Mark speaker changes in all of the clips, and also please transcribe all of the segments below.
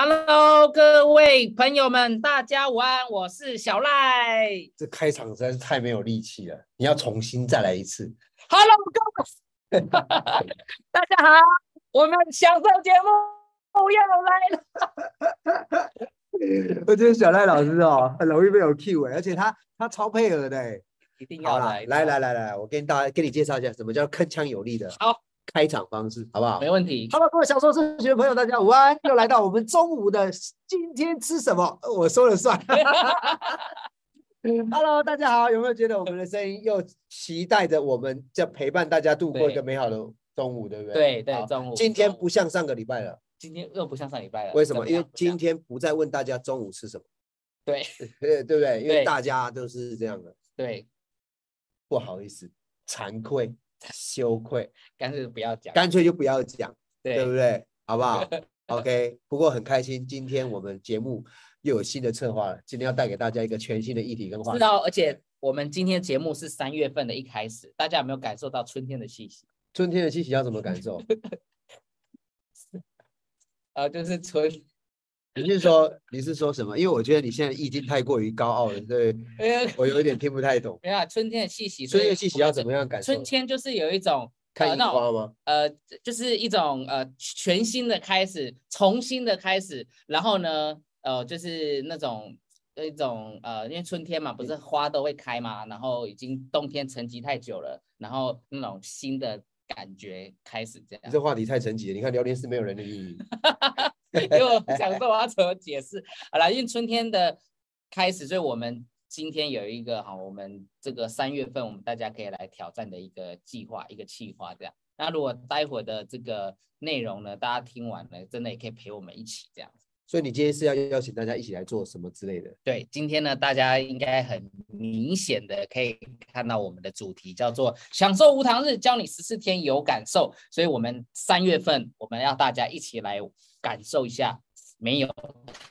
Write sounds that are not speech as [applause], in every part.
Speaker 1: Hello，各位朋友们，大家午安，我是小赖。
Speaker 2: 这开场实在是太没有力气了，你要重新再来一次。
Speaker 1: Hello，各位， [laughs] 大家好，我们享受节目又
Speaker 2: 来了。我觉得小赖老师哦，很容易被我 Q 哎、而且他他超配合的哎。
Speaker 1: 一定
Speaker 2: 好
Speaker 1: 要
Speaker 2: 啦
Speaker 1: 来，，
Speaker 2: 来来来来，我跟大家跟你介绍一下什么叫铿锵有力的
Speaker 1: 好，
Speaker 2: 开场方式，好不好
Speaker 1: 没问题。
Speaker 2: ？Hello，各位小说社群的朋友，大家午安，又来到我们中午的今天吃什么，我说
Speaker 1: [laughs]
Speaker 2: 了算。Hello，大家好，有没有觉得我们的声音又期待着我们在陪伴大家度过一
Speaker 1: 对
Speaker 2: 个美好的中午，对不
Speaker 1: 对
Speaker 2: 对？
Speaker 1: 对，
Speaker 2: 好
Speaker 1: 中午
Speaker 2: 今天
Speaker 1: 中午
Speaker 2: 不像上个礼拜了，
Speaker 1: 今天又不像上礼拜了，
Speaker 2: 为什么？
Speaker 1: 怎
Speaker 2: 因
Speaker 1: 样
Speaker 2: 为今天不再问大家中午吃什么，
Speaker 1: 不像
Speaker 2: [laughs] 对对
Speaker 1: [laughs]
Speaker 2: 不对？因为
Speaker 1: 对
Speaker 2: 大家都是这样的，
Speaker 1: 对对，
Speaker 2: 不好意思，
Speaker 1: [laughs]
Speaker 2: 惭愧、羞愧，
Speaker 1: 干脆不要讲，
Speaker 2: 干脆就不要讲。对不
Speaker 1: 对
Speaker 2: 对？好
Speaker 1: [laughs]
Speaker 2: 不好？OK，不过很开心，今天我们节目又有新的策划了。今天要带给大家一个全新的议题跟话
Speaker 1: 是
Speaker 2: 题。
Speaker 1: 哦，而且我们今天节目是三月份的一开始，大家有没有感受到春天的气息？
Speaker 2: 春天的气息要怎么感受？
Speaker 1: 呃，就是春， [laughs]
Speaker 2: 你是说你是说什么？因为我觉得你现在意境太过于高傲了，对我有一点听不太懂。
Speaker 1: 没有啊春天的气息，
Speaker 2: 春天的气息要怎
Speaker 1: 么？
Speaker 2: 么样感
Speaker 1: [laughs]
Speaker 2: 受
Speaker 1: 春？天就是有一种
Speaker 2: 看
Speaker 1: 呃
Speaker 2: 樱
Speaker 1: 那种
Speaker 2: 花吗？
Speaker 1: 呃，就是一种呃全新的开始，重新的开始。然后呢，呃，就是那种那种呃，因为春天嘛，不是花都会开嘛，然后已经冬天沉积太久了，然后那种新的感觉开始这
Speaker 2: 你
Speaker 1: 样。
Speaker 2: 这话题太神奇了。你看聊天室没有人的英
Speaker 1: [laughs]
Speaker 2: 语，
Speaker 1: 因为我想说我要怎么解释。 [laughs] 好啦，因为春天的开始，所以我们今天有一个哈，我们这个三月份我们大家可以来挑战的一个计划，一个计划这样。那如果待会儿的这个内容呢，大家听完了，真的也可以陪我们一起这样。
Speaker 2: 所以你今天是要邀请大家一起来做什么之类的？
Speaker 1: 对，今天呢，大家应该很明显的可以看到我们的主题叫做“享受无糖日”，教你十四天有感受。所以，我们三月份我们要大家一起来感受一下没有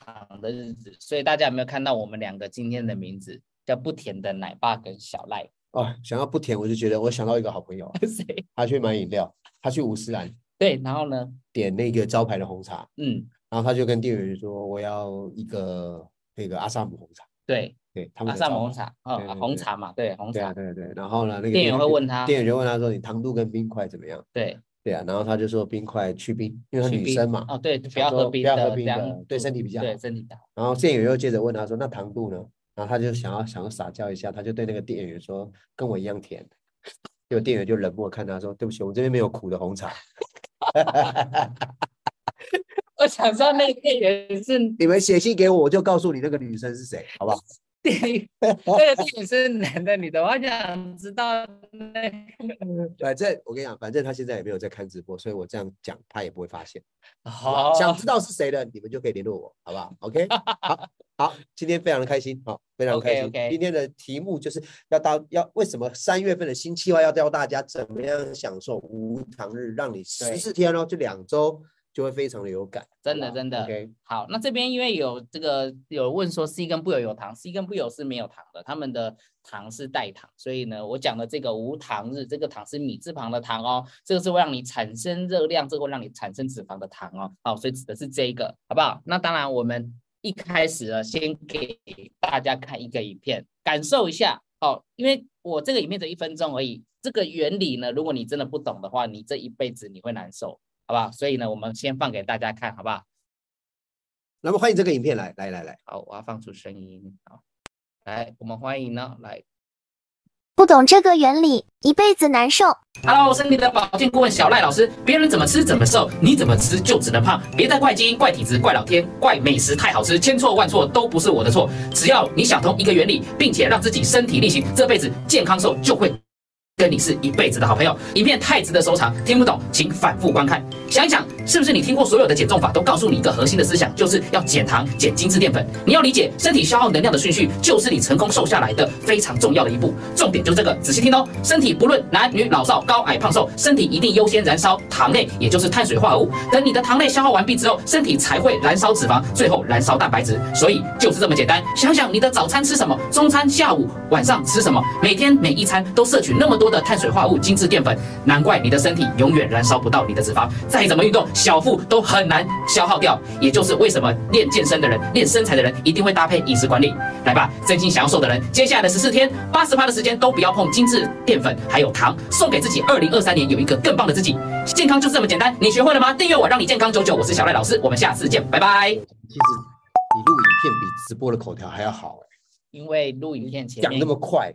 Speaker 1: 糖的日子。所以，大家有没有看到我们两个今天的名字叫不甜的奶爸跟小赖？ [laughs]
Speaker 2: 哦，想要不甜，我就觉得我想到一个好朋友，
Speaker 1: 谁？
Speaker 2: 他去买饮料，他去五十兰
Speaker 1: 对，然后呢？
Speaker 2: 点那个招牌的红茶，
Speaker 1: 嗯，
Speaker 2: 然后他就跟店员说：“我要一个那个阿萨姆红茶。
Speaker 1: 对，”
Speaker 2: 对，他们
Speaker 1: 阿
Speaker 2: 的
Speaker 1: 萨
Speaker 2: 招
Speaker 1: 姆红
Speaker 2: 牌。
Speaker 1: 茶，哦
Speaker 2: 对，对
Speaker 1: 红
Speaker 2: 对
Speaker 1: 茶嘛，对，红
Speaker 2: 对
Speaker 1: 茶
Speaker 2: 啊，，对对。然后呢，那个
Speaker 1: 店员会
Speaker 2: 就
Speaker 1: 问他
Speaker 2: 店员就问他说：“你糖度跟冰块怎么样
Speaker 1: 对，？”
Speaker 2: 对啊，然后他就说：“冰块去冰，因为他
Speaker 1: 去
Speaker 2: 女
Speaker 1: 冰
Speaker 2: 生嘛。
Speaker 1: 哦，对，不
Speaker 2: 想
Speaker 1: 要喝
Speaker 2: 说
Speaker 1: 冰
Speaker 2: 不要喝
Speaker 1: 的，这
Speaker 2: 冰
Speaker 1: 样
Speaker 2: 的对身体比较
Speaker 1: 对
Speaker 2: 好
Speaker 1: 身体比较好，”
Speaker 2: 然后店员又接着问他说：“那糖度呢？”然后他就想要想要撒娇一下，他就对那个店员说：“跟我一样甜。” [laughs] 结果店员就冷漠看他说：“对不起，我们这边没有苦的红茶， [laughs]
Speaker 1: 我想说那个店员是
Speaker 2: 你们写信给我，我就告诉你那个女生是谁，好不好
Speaker 1: 电影，那个电影是男的女的，我想知道那个？”
Speaker 2: [laughs] 反正我跟你讲，反正他现在也没有在看直播，所以我这样讲他也不会发现。
Speaker 1: 好
Speaker 2: 想知道是谁的，你们就可以联络我，好不好？OK，好，好，今天非常的开心，好、非常开心。
Speaker 1: OK，OK
Speaker 2: 今天的题目就是要到要为什么三月份的新计划要教大家怎么样享受无糖日，让你十四天哦，就两周就会非常的有感，
Speaker 1: 真的
Speaker 2: 好不好
Speaker 1: 真的
Speaker 2: OK，
Speaker 1: 好，那这边因为有这个有问说 C 跟不油有糖，C 跟不油是没有糖的，他们的糖是代糖，所以呢，我讲的这个无糖日，这个糖是米字旁的糖哦，这个是会让你产生热量，这个会让你产生脂肪的糖哦，好，所以指的是这一个，好不好？那当然我们一开始呢，先给大家看一个影片，感受一下哦，因为我这个影片只有一分钟而已，这个原理呢，如果你真的不懂的话，你这一辈子你会难受。好不好？所以呢，我们先放给大家看，好不好？
Speaker 2: 那么欢迎这个影片来来来来，
Speaker 1: 好，我要放出声音。好，来，我们欢迎呢，来
Speaker 3: 不懂这个原理，一辈子难受。
Speaker 1: ，Hello，我是你的保健顾问小赖老师。别人怎么吃怎么瘦，你怎么吃就只能胖。别再怪基因、怪体质、怪老天、怪美食太好吃，千错万错都不是我的错。只要你想通一个原理，并且让自己身体力行，这辈子健康瘦就会。跟你是一辈子的好朋友，影片太值得收藏，听不懂请反复观看。想一想，是不是你听过所有的减重法都告诉你一个核心的思想，就是要减糖、减精致淀粉？你要理解身体消耗能量的顺序，就是你成功瘦下来的非常重要的一步。重点就是这个，仔细听哦。身体不论男女老少、高矮胖瘦，身体一定优先燃烧糖类，也就是碳水化合物。等你的糖类消耗完毕之后，身体才会燃烧脂肪，最后燃烧蛋白质。所以就是这么简单。想想你的早餐吃什么，中餐、下午、晚上吃什么，每天每一餐都摄取那么多的碳水化合物、精致淀粉，难怪你的身体永远燃烧不到你的脂肪。再怎么运动，小腹都很难消耗掉。也就是为什么练健身的人、练身材的人一定会搭配饮食管理。来吧，真心想要瘦的人，接下来的十四天，八十趴的时间都不要碰精致淀粉还有糖，送给自己二零二三年有一个更棒的自己。健康就是这么简单，你学会了吗？订阅我，让你健康久久。我是小赖老师，我们下次见，拜拜。
Speaker 2: 其实你录影片比直播的口条还要好、欸，
Speaker 1: 因为录影片前
Speaker 2: 讲那么快，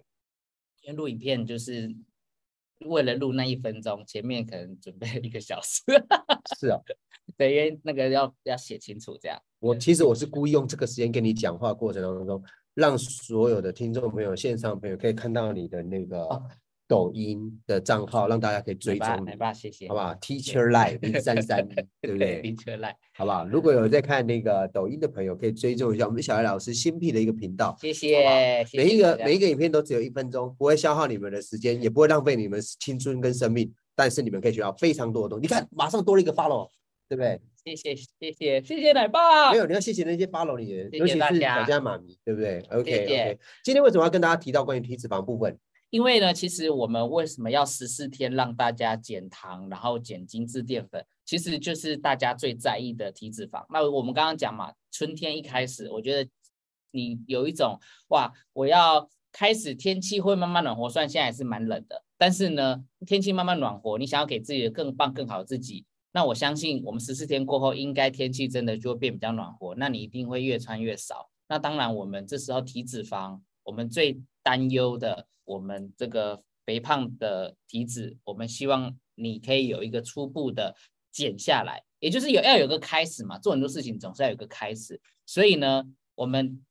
Speaker 1: 因为录影片就是为了录那一分钟，前面可能准备了一个小时， [laughs]
Speaker 2: 是啊。
Speaker 1: 对，因为那个要要写清楚这样。
Speaker 2: 我其实我是故意用这个时间跟你讲话过程当中，让所有的听众朋友、线上朋友可以看到你的那
Speaker 1: 哦
Speaker 2: 个抖音的账号，让大家可以追
Speaker 1: 来吧，
Speaker 2: 踪你
Speaker 1: 来，吧，谢谢，
Speaker 2: 好不好？Teacher Live 零三三，对不
Speaker 1: [laughs]
Speaker 2: 对？
Speaker 1: 林车来，
Speaker 2: 好不好？如果有在看那个抖音的朋友，可以追踪一下我们小艾老师新辟的一个频道，
Speaker 1: 谢
Speaker 2: 好不好
Speaker 1: 谢，谢
Speaker 2: 每一
Speaker 1: 谢
Speaker 2: 个
Speaker 1: 大家
Speaker 2: 每一个影片都只有一分钟，不会消耗你们的时间，也不会浪费你们青春跟生命，但是你们可以学到非常多的东西。你看，马上多了一个 follow，对不对？
Speaker 1: 谢谢谢谢谢谢奶爸 [laughs]
Speaker 2: 没，有，你要谢谢那些 follow 你的人，
Speaker 1: 谢
Speaker 2: 尤
Speaker 1: 谢
Speaker 2: 其
Speaker 1: 大
Speaker 2: 是
Speaker 1: 家
Speaker 2: 小家妈咪，对不对？OK
Speaker 1: 谢谢
Speaker 2: OK。今天为什么要跟大家提到关于体脂肪部分？
Speaker 1: 因为呢，其实我们为什么要十四天让大家减糖，然后减精致淀粉，其实就是大家最在意的体脂肪。那我们刚刚讲嘛，春天一开始，我觉得你有一种哇，我要开始天气会慢慢暖和，虽然现在还是蛮冷的，但是呢，天气慢慢暖和，你想要给自己更棒、更好的自己。那我相信，我们十四天过后，应该天气真的就会变比较暖和，那你一定会越穿越少。那当然，我们这时候体脂肪，我们最担忧的，我们这个肥胖的体脂，我们希望你可以有一个初步的减下来，也就是有要有个开始嘛，做很多事情总是要有个开始。所以呢，我们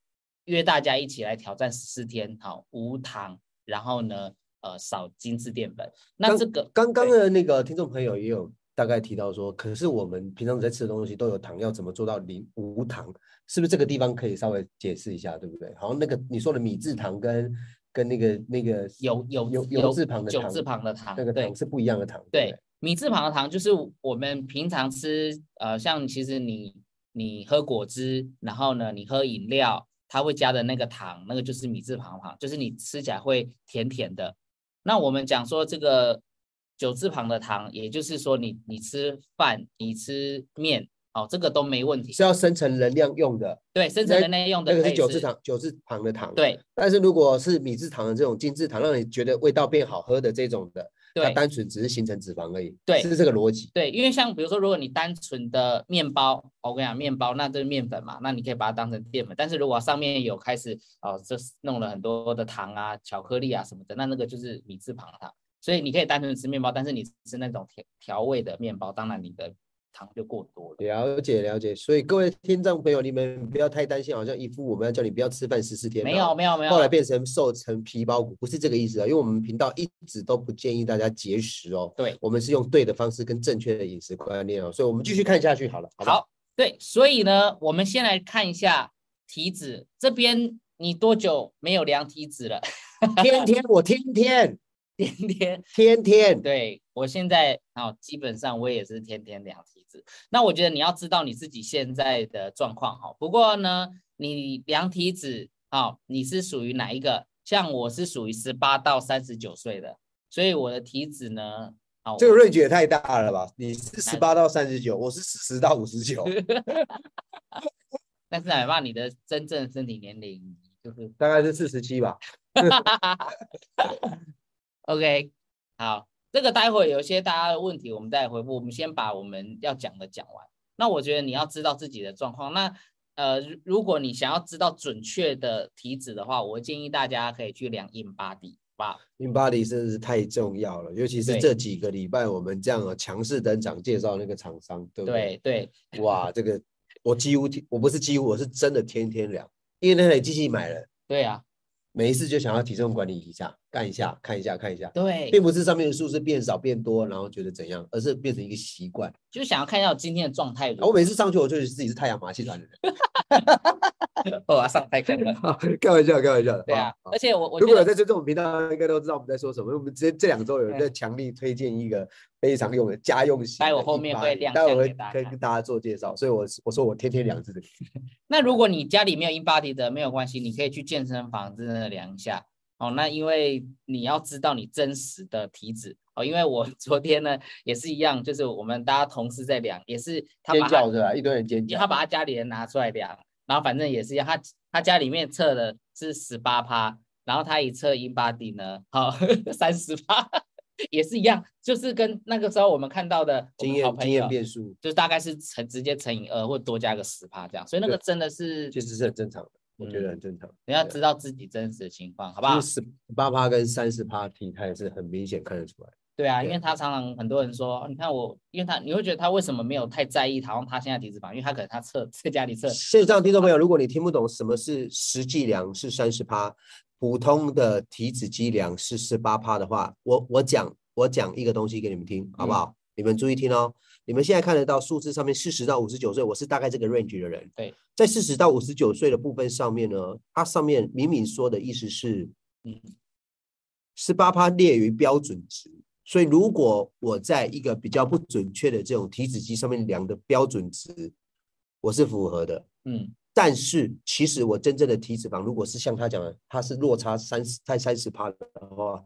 Speaker 1: 约大家一起来挑战十四天，好，无糖，然后呢，呃，少精致淀粉。那
Speaker 2: 刚
Speaker 1: 这个
Speaker 2: 刚刚
Speaker 1: 对
Speaker 2: 的那个听众朋友也有大概提到说，可是我们平常在吃的东西都有糖，要怎么做到零无糖？是不是这个地方可以稍微解释一下，对不对？好像那个你说的米字糖跟跟那个那个
Speaker 1: 有有
Speaker 2: 有有
Speaker 1: 有
Speaker 2: 字旁的
Speaker 1: 九
Speaker 2: 糖
Speaker 1: 字旁的糖，
Speaker 2: 那个
Speaker 1: 对
Speaker 2: 糖是不一样的糖，对不
Speaker 1: 对，米字旁的糖就是我们平常吃，呃，像其实你你喝果汁，然后呢你喝饮料，它会加的那个糖，那个就是米字旁的糖，就是你吃起来会甜甜的。那我们讲说这个九字旁的糖，也就是说你你吃饭，你吃面，哦，这个都没问题
Speaker 2: 对？。是要生成能量用的，
Speaker 1: 对，生
Speaker 2: 那
Speaker 1: 成人类用的
Speaker 2: 那个
Speaker 1: 可
Speaker 2: 是
Speaker 1: 以
Speaker 2: 九字
Speaker 1: 吃，
Speaker 2: 糖九字旁的糖。
Speaker 1: 对
Speaker 2: 但是如果是米字糖的这种精致糖，让你觉得味道变好喝的这种的，它
Speaker 1: 对
Speaker 2: 单纯只是形成脂肪而已，
Speaker 1: 对
Speaker 2: 是不是这个逻辑。
Speaker 1: 对，因为像比如说，如果你单纯的面包，我跟你讲，面包那就是面粉嘛，那你可以把它当成淀粉。但是如果上面有开始哦，这是弄了很多的糖啊、巧克力啊什么的，那那个就是米字旁的糖。所以你可以单纯吃面包，但是你吃那种调调味的面包，当然你的糖就过多了。
Speaker 2: 了解了解，所以各位听众朋友，你们不要太担心，好像一副我们要叫你不要吃饭十四天，
Speaker 1: 没
Speaker 2: 然
Speaker 1: 有
Speaker 2: 后
Speaker 1: 没有没有，
Speaker 2: 后来变成瘦成皮包骨，不是这个意思啊，因为我们频道一直都不建议大家节食哦，
Speaker 1: 对
Speaker 2: 我们是用对的方式跟正确的饮食观念哦，所以我们继续看下去好了，好不好？
Speaker 1: 好，对，所以呢，我们先来看一下体脂这边，你多久没有量体脂了？ [laughs]
Speaker 2: [laughs] 天天我天天
Speaker 1: 天天
Speaker 2: 天天
Speaker 1: 对我现在啊、哦，基本上我也是天天量体脂。那我觉得你要知道你自己现在的状况哈、哦。不过呢，你量体脂啊、哦，你是属于哪一个？像我是属于十八到三十九岁的，所以我的体脂呢，啊、
Speaker 2: 这个
Speaker 1: 我
Speaker 2: range 也太大了吧？你是十八到三十九，我是四十到五十九，
Speaker 1: 但是哪怕你的真正身体年龄就是
Speaker 2: 大概是四十七吧。
Speaker 1: OK，好，这个待会有一些大家的问题，我们再来回复。我们先把我们要讲的讲完。那我觉得你要知道自己的状况。那呃，如如果你想要知道准确的体脂的话，我建议大家可以去量 in body 吧。
Speaker 2: In body 真的是太重要了，尤其是
Speaker 1: 对
Speaker 2: 这几个礼拜我们这样啊强势登场介绍那个厂商，对不
Speaker 1: 对
Speaker 2: 对？
Speaker 1: 对，
Speaker 2: 哇，这个我几乎天我不是几乎，我是真的天天量，因为那台机器买了，
Speaker 1: 对啊，
Speaker 2: 每一次就想要体重管理一下，干一下，看一下，看一下，
Speaker 1: 对，
Speaker 2: 并不是上面的数字变少变多，然后觉得怎样，而是变成一个习惯。
Speaker 1: 就想要看一下我今天的状态如
Speaker 2: 啊我
Speaker 1: 何。
Speaker 2: 每次上去，我就觉得自己是太阳马戏团的
Speaker 1: [laughs]
Speaker 2: 人，
Speaker 1: 我要上太空了。
Speaker 2: [laughs] 开玩笑，开玩笑的。
Speaker 1: 对
Speaker 2: 好
Speaker 1: 啊，
Speaker 2: 好
Speaker 1: 而且我我
Speaker 2: 如
Speaker 1: 觉
Speaker 2: 果有
Speaker 1: 得
Speaker 2: 在追踪我们频道，应该都知道我们在说什么。因为我们这这两周有人在强力推荐一个非常用的家用型的180，
Speaker 1: 待会后面会亮
Speaker 2: 待会
Speaker 1: 相
Speaker 2: 会
Speaker 1: 给大家
Speaker 2: 跟
Speaker 1: 看嗯
Speaker 2: 跟大家做介绍。所以我是我说我天天量这个，
Speaker 1: 那如果你家里没有 InBody 的，没有关系，你可以去健身房真的量一下。哦，那因为你要知道你真实的体脂哦，因为我 [laughs] 昨天呢也是一样，就是我们大家同事在量，也是他
Speaker 2: 尖
Speaker 1: 把他
Speaker 2: 叫对吧？一堆人尖
Speaker 1: 因为
Speaker 2: 叫
Speaker 1: 他，把他家里人拿出来量，然后反正也是一样，他他家里面测的是十八趴，然后他一测 in body 呢，好三十趴，也是一样，就是跟那个时候我们看到的我
Speaker 2: 经
Speaker 1: 们好
Speaker 2: 验
Speaker 1: 朋
Speaker 2: 经验
Speaker 1: 友，
Speaker 2: 变数
Speaker 1: 就是大概是乘直接乘以二或多加个十趴这样，所以那
Speaker 2: 对
Speaker 1: 个真的是
Speaker 2: 其实是很正常的，我觉
Speaker 1: 嗯
Speaker 2: 得很正常。
Speaker 1: 你要
Speaker 2: 对啊
Speaker 1: 知道自己真实的情况，好不好
Speaker 2: 就是？十八趴跟三十趴体态是很明显看得出来。
Speaker 1: 对啊，因
Speaker 2: 对
Speaker 1: 为他常常很多人说，哦你看我，因为他你会觉得他为什么没有太在意，好像他现在体脂肪，因为他可能他测在家里测，
Speaker 2: 线上听众朋友，如果你听不懂什么是实际量是三十趴，普通的体脂机量是十八趴的话，我我讲我讲一个东西给你们听，好不好？你们注意听哦。你们现在看得到数字上面四十到五十九岁，我是大概这个 range 的人。
Speaker 1: 对，
Speaker 2: 在四十到五十九岁的部分上面呢，它上面明明说的意思是
Speaker 1: 嗯，
Speaker 2: 十八趴列于标准值。所以，如果我在一个比较不准确的这种体脂机上面量的标准值，我是符合的。
Speaker 1: 嗯，
Speaker 2: 但是其实我真正的体脂肪，如果是像他讲的，它是落差三十在三十趴的话，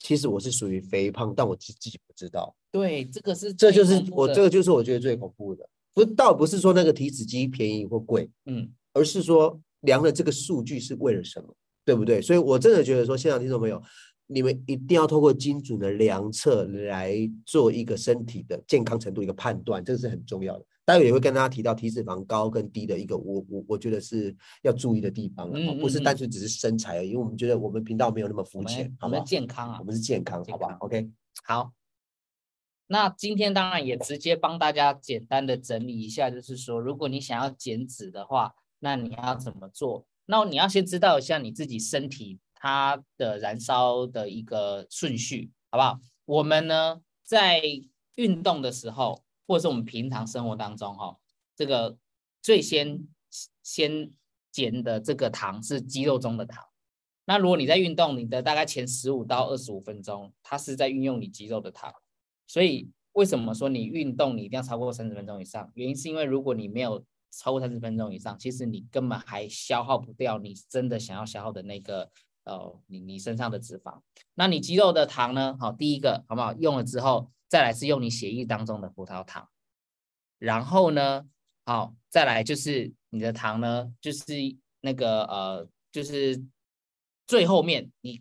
Speaker 2: 其实我是属于肥胖，但我自自己不知道。
Speaker 1: 对，这个是
Speaker 2: 这
Speaker 1: 最
Speaker 2: 就是
Speaker 1: 恐怖
Speaker 2: 我
Speaker 1: 的
Speaker 2: 这个就是我觉得最恐怖的，不倒不是说那个体脂机便宜或贵，
Speaker 1: 嗯，
Speaker 2: 而是说量的这个数据是为了什么，对不对？所以我真的觉得说，现场听众朋友，你们一定要透过精准的量测来做一个身体的健康程度一个判断，这个是很重要的。待会也会跟大家提到体脂肪高跟低的一个，我我我觉得是要注意的地方了，
Speaker 1: 嗯嗯
Speaker 2: 不是
Speaker 1: 嗯
Speaker 2: 单纯只是身材而已，因为我们觉得我们频道没有那么
Speaker 1: 我
Speaker 2: 肤浅
Speaker 1: 们，我
Speaker 2: 好不
Speaker 1: 们
Speaker 2: 好？
Speaker 1: 健康啊
Speaker 2: 我，们是健康，
Speaker 1: 健
Speaker 2: 好不好
Speaker 1: 康
Speaker 2: ？OK，
Speaker 1: 好，那今天当然也直接帮大家简单的整理一下，就是说，如果你想要减脂的话，那你要怎么做？那你要先知道一下你自己身体它的燃烧的一个顺序，好不好？我们呢在运动的时候，或者是我们平常生活当中、哈，这个最先先减的这个糖是肌肉中的糖。那如果你在运动，你的大概前十五到二十五分钟，它是在运用你肌肉的糖。所以为什么说你运动你一定要超过三十分钟以上？原因是因为如果你没有超过三十分钟以上，其实你根本还消耗不掉你真的想要消耗的那个呃你你身上的脂肪。那你肌肉的糖呢？好，第一个好不好？用了之后，再来是用你血液当中的葡萄糖，然后呢，好，再来就是你的糖呢，就是那个呃，就是最后面你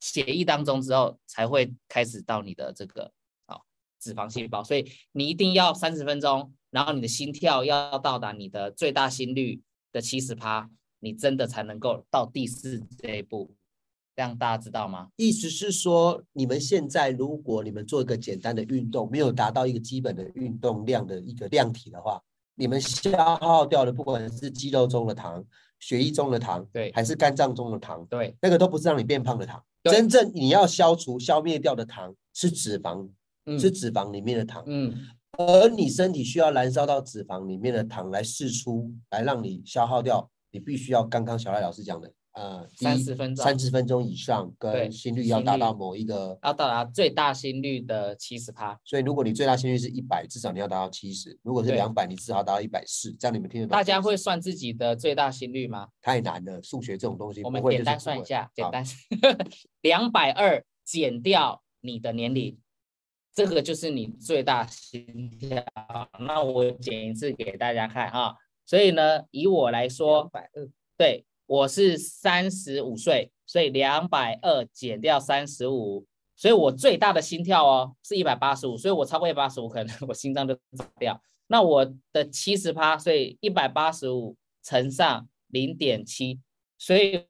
Speaker 1: 血液当中之后才会开始到你的这个好脂肪细胞，所以你一定要三十分钟，然后你的心跳要到达你的最大心率的七十趴，你真的才能够到第四这一步，这样大家知道吗？
Speaker 2: 意思是说，你们现在如果你们做一个简单的运动，没有达到一个基本的运动量的一个量体的话，你们消耗掉的不管是肌肉中的糖、血液中的糖，
Speaker 1: 对
Speaker 2: 还是肝脏中的糖，
Speaker 1: 对，
Speaker 2: 那个都不是让你变胖的糖。
Speaker 1: 对
Speaker 2: 真正你要消除、消灭掉的糖是脂肪，
Speaker 1: 嗯
Speaker 2: 是脂肪里面的糖，
Speaker 1: 嗯，
Speaker 2: 而你身体需要燃烧到脂肪里面的糖来释出，来让你消耗掉，你必须要刚刚小赖老师讲的，呃，
Speaker 1: 30分钟
Speaker 2: 三十分钟以上，跟
Speaker 1: 对
Speaker 2: 心率要
Speaker 1: 心
Speaker 2: 达
Speaker 1: 率
Speaker 2: 到某一个，
Speaker 1: 要到达最大心率的七十趴，
Speaker 2: 所以如果你最大心率是一百，至少你要达到七十；如果是
Speaker 1: 对
Speaker 2: 两百，你至少要达到一百四。这样你们听得懂？
Speaker 1: 大家会算自己的最大心率吗？
Speaker 2: 太难了，数学这种东西，
Speaker 1: 我
Speaker 2: 不
Speaker 1: 们
Speaker 2: 会
Speaker 1: 简
Speaker 2: 就是
Speaker 1: 单
Speaker 2: 不
Speaker 1: 算一
Speaker 2: 会
Speaker 1: 下，简
Speaker 2: 好
Speaker 1: 单两百二减掉你的年龄，这个就是你最大心跳。那我减一次给大家看啊。所以呢，以我来说，对我是三十五岁，所以两百二减掉三十五，所以我最大的心跳哦是一百八十五，所以我超过一百八十五，可能 [laughs] 我心脏就炸掉。那我的七十趴，所以一百八十五乘上零点七，所以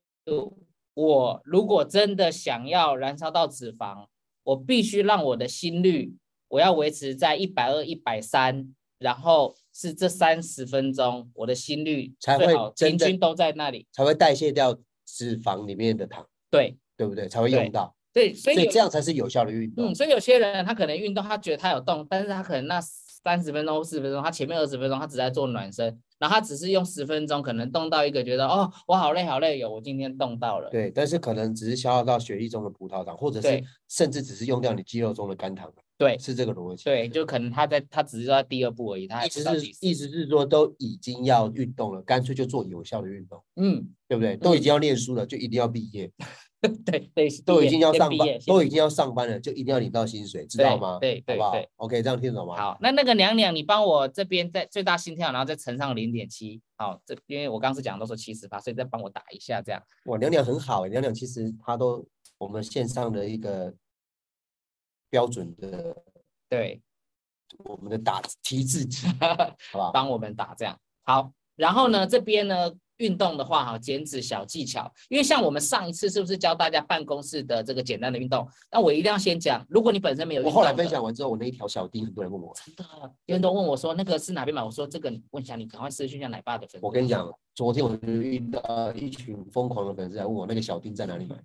Speaker 1: 我如果真的想要燃烧到脂肪，我必须让我的心率，我要维持在一百二、一百三，然后是这三十分钟，我的心率
Speaker 2: 才
Speaker 1: 最
Speaker 2: 会
Speaker 1: 好
Speaker 2: 真
Speaker 1: 平
Speaker 2: 的
Speaker 1: 均都在那里。
Speaker 2: 才会代谢掉脂肪里面的糖，
Speaker 1: 对
Speaker 2: 对不对？才会
Speaker 1: 对
Speaker 2: 用到，
Speaker 1: 对，所
Speaker 2: 所
Speaker 1: 以
Speaker 2: 以
Speaker 1: 有
Speaker 2: 这样才是有效的运动
Speaker 1: 嗯，。所以有些人他可能运动，他觉得他有动，但是他可能那三十分钟、四十分钟，他前面二十分钟他只在做暖身，然后他只是用十分钟，可能动到一个觉得哦，我好累好累，有我今天动到了。
Speaker 2: 对，但是可能只是消耗到血液中的葡萄糖，或者是
Speaker 1: 对
Speaker 2: 甚至只是用掉你肌肉中的肝糖，
Speaker 1: 对
Speaker 2: 是这个逻辑。
Speaker 1: 对，就可能他在他只是在第二步而已，他还
Speaker 2: 意
Speaker 1: 不
Speaker 2: 思
Speaker 1: 到
Speaker 2: 是
Speaker 1: 第四
Speaker 2: 意思是说都已经要运动了，干脆就做有效的运动，
Speaker 1: 嗯， [laughs]
Speaker 2: 对不对？都已经要念书了，就一定要毕业，
Speaker 1: 对对，
Speaker 2: 都
Speaker 1: 毕
Speaker 2: 已
Speaker 1: 业
Speaker 2: 经要
Speaker 1: 先
Speaker 2: 上
Speaker 1: 毕
Speaker 2: 班
Speaker 1: 业，先
Speaker 2: 都
Speaker 1: 毕
Speaker 2: 已经要上班了，就一定要领到薪水，知道
Speaker 1: 对
Speaker 2: 吗？
Speaker 1: 对对
Speaker 2: 好不好
Speaker 1: 对
Speaker 2: ？OK，这样听得懂吗？
Speaker 1: 好，那那个娘娘，你帮我这边再最大心跳，然后再乘上零点七，好，这因为我刚刚是讲都说七十八，所以再帮我打一下这样。
Speaker 2: 哇，娘娘很好欸，娘娘其实她都我们线上的一个标准的
Speaker 1: 对， [laughs]
Speaker 2: 我们的打提字机，好不好？
Speaker 1: 帮我们打这样。好，然后呢，这边呢，运动的话哈，减脂小技巧，因为像我们上一次是不是教大家办公室的这个简单的运动？那我一定要先讲，如果你本身没有运
Speaker 2: 我
Speaker 1: 动，
Speaker 2: 后来分享。完之后，我那一条小丁很多人问我，
Speaker 1: 真的，有很多人问我说那个是哪边买，我说这个你问一下，你赶快私讯一下奶爸的粉丝。
Speaker 2: 我跟你讲，昨天我就遇到呃一群疯狂的粉丝来问我那个小丁在哪里买，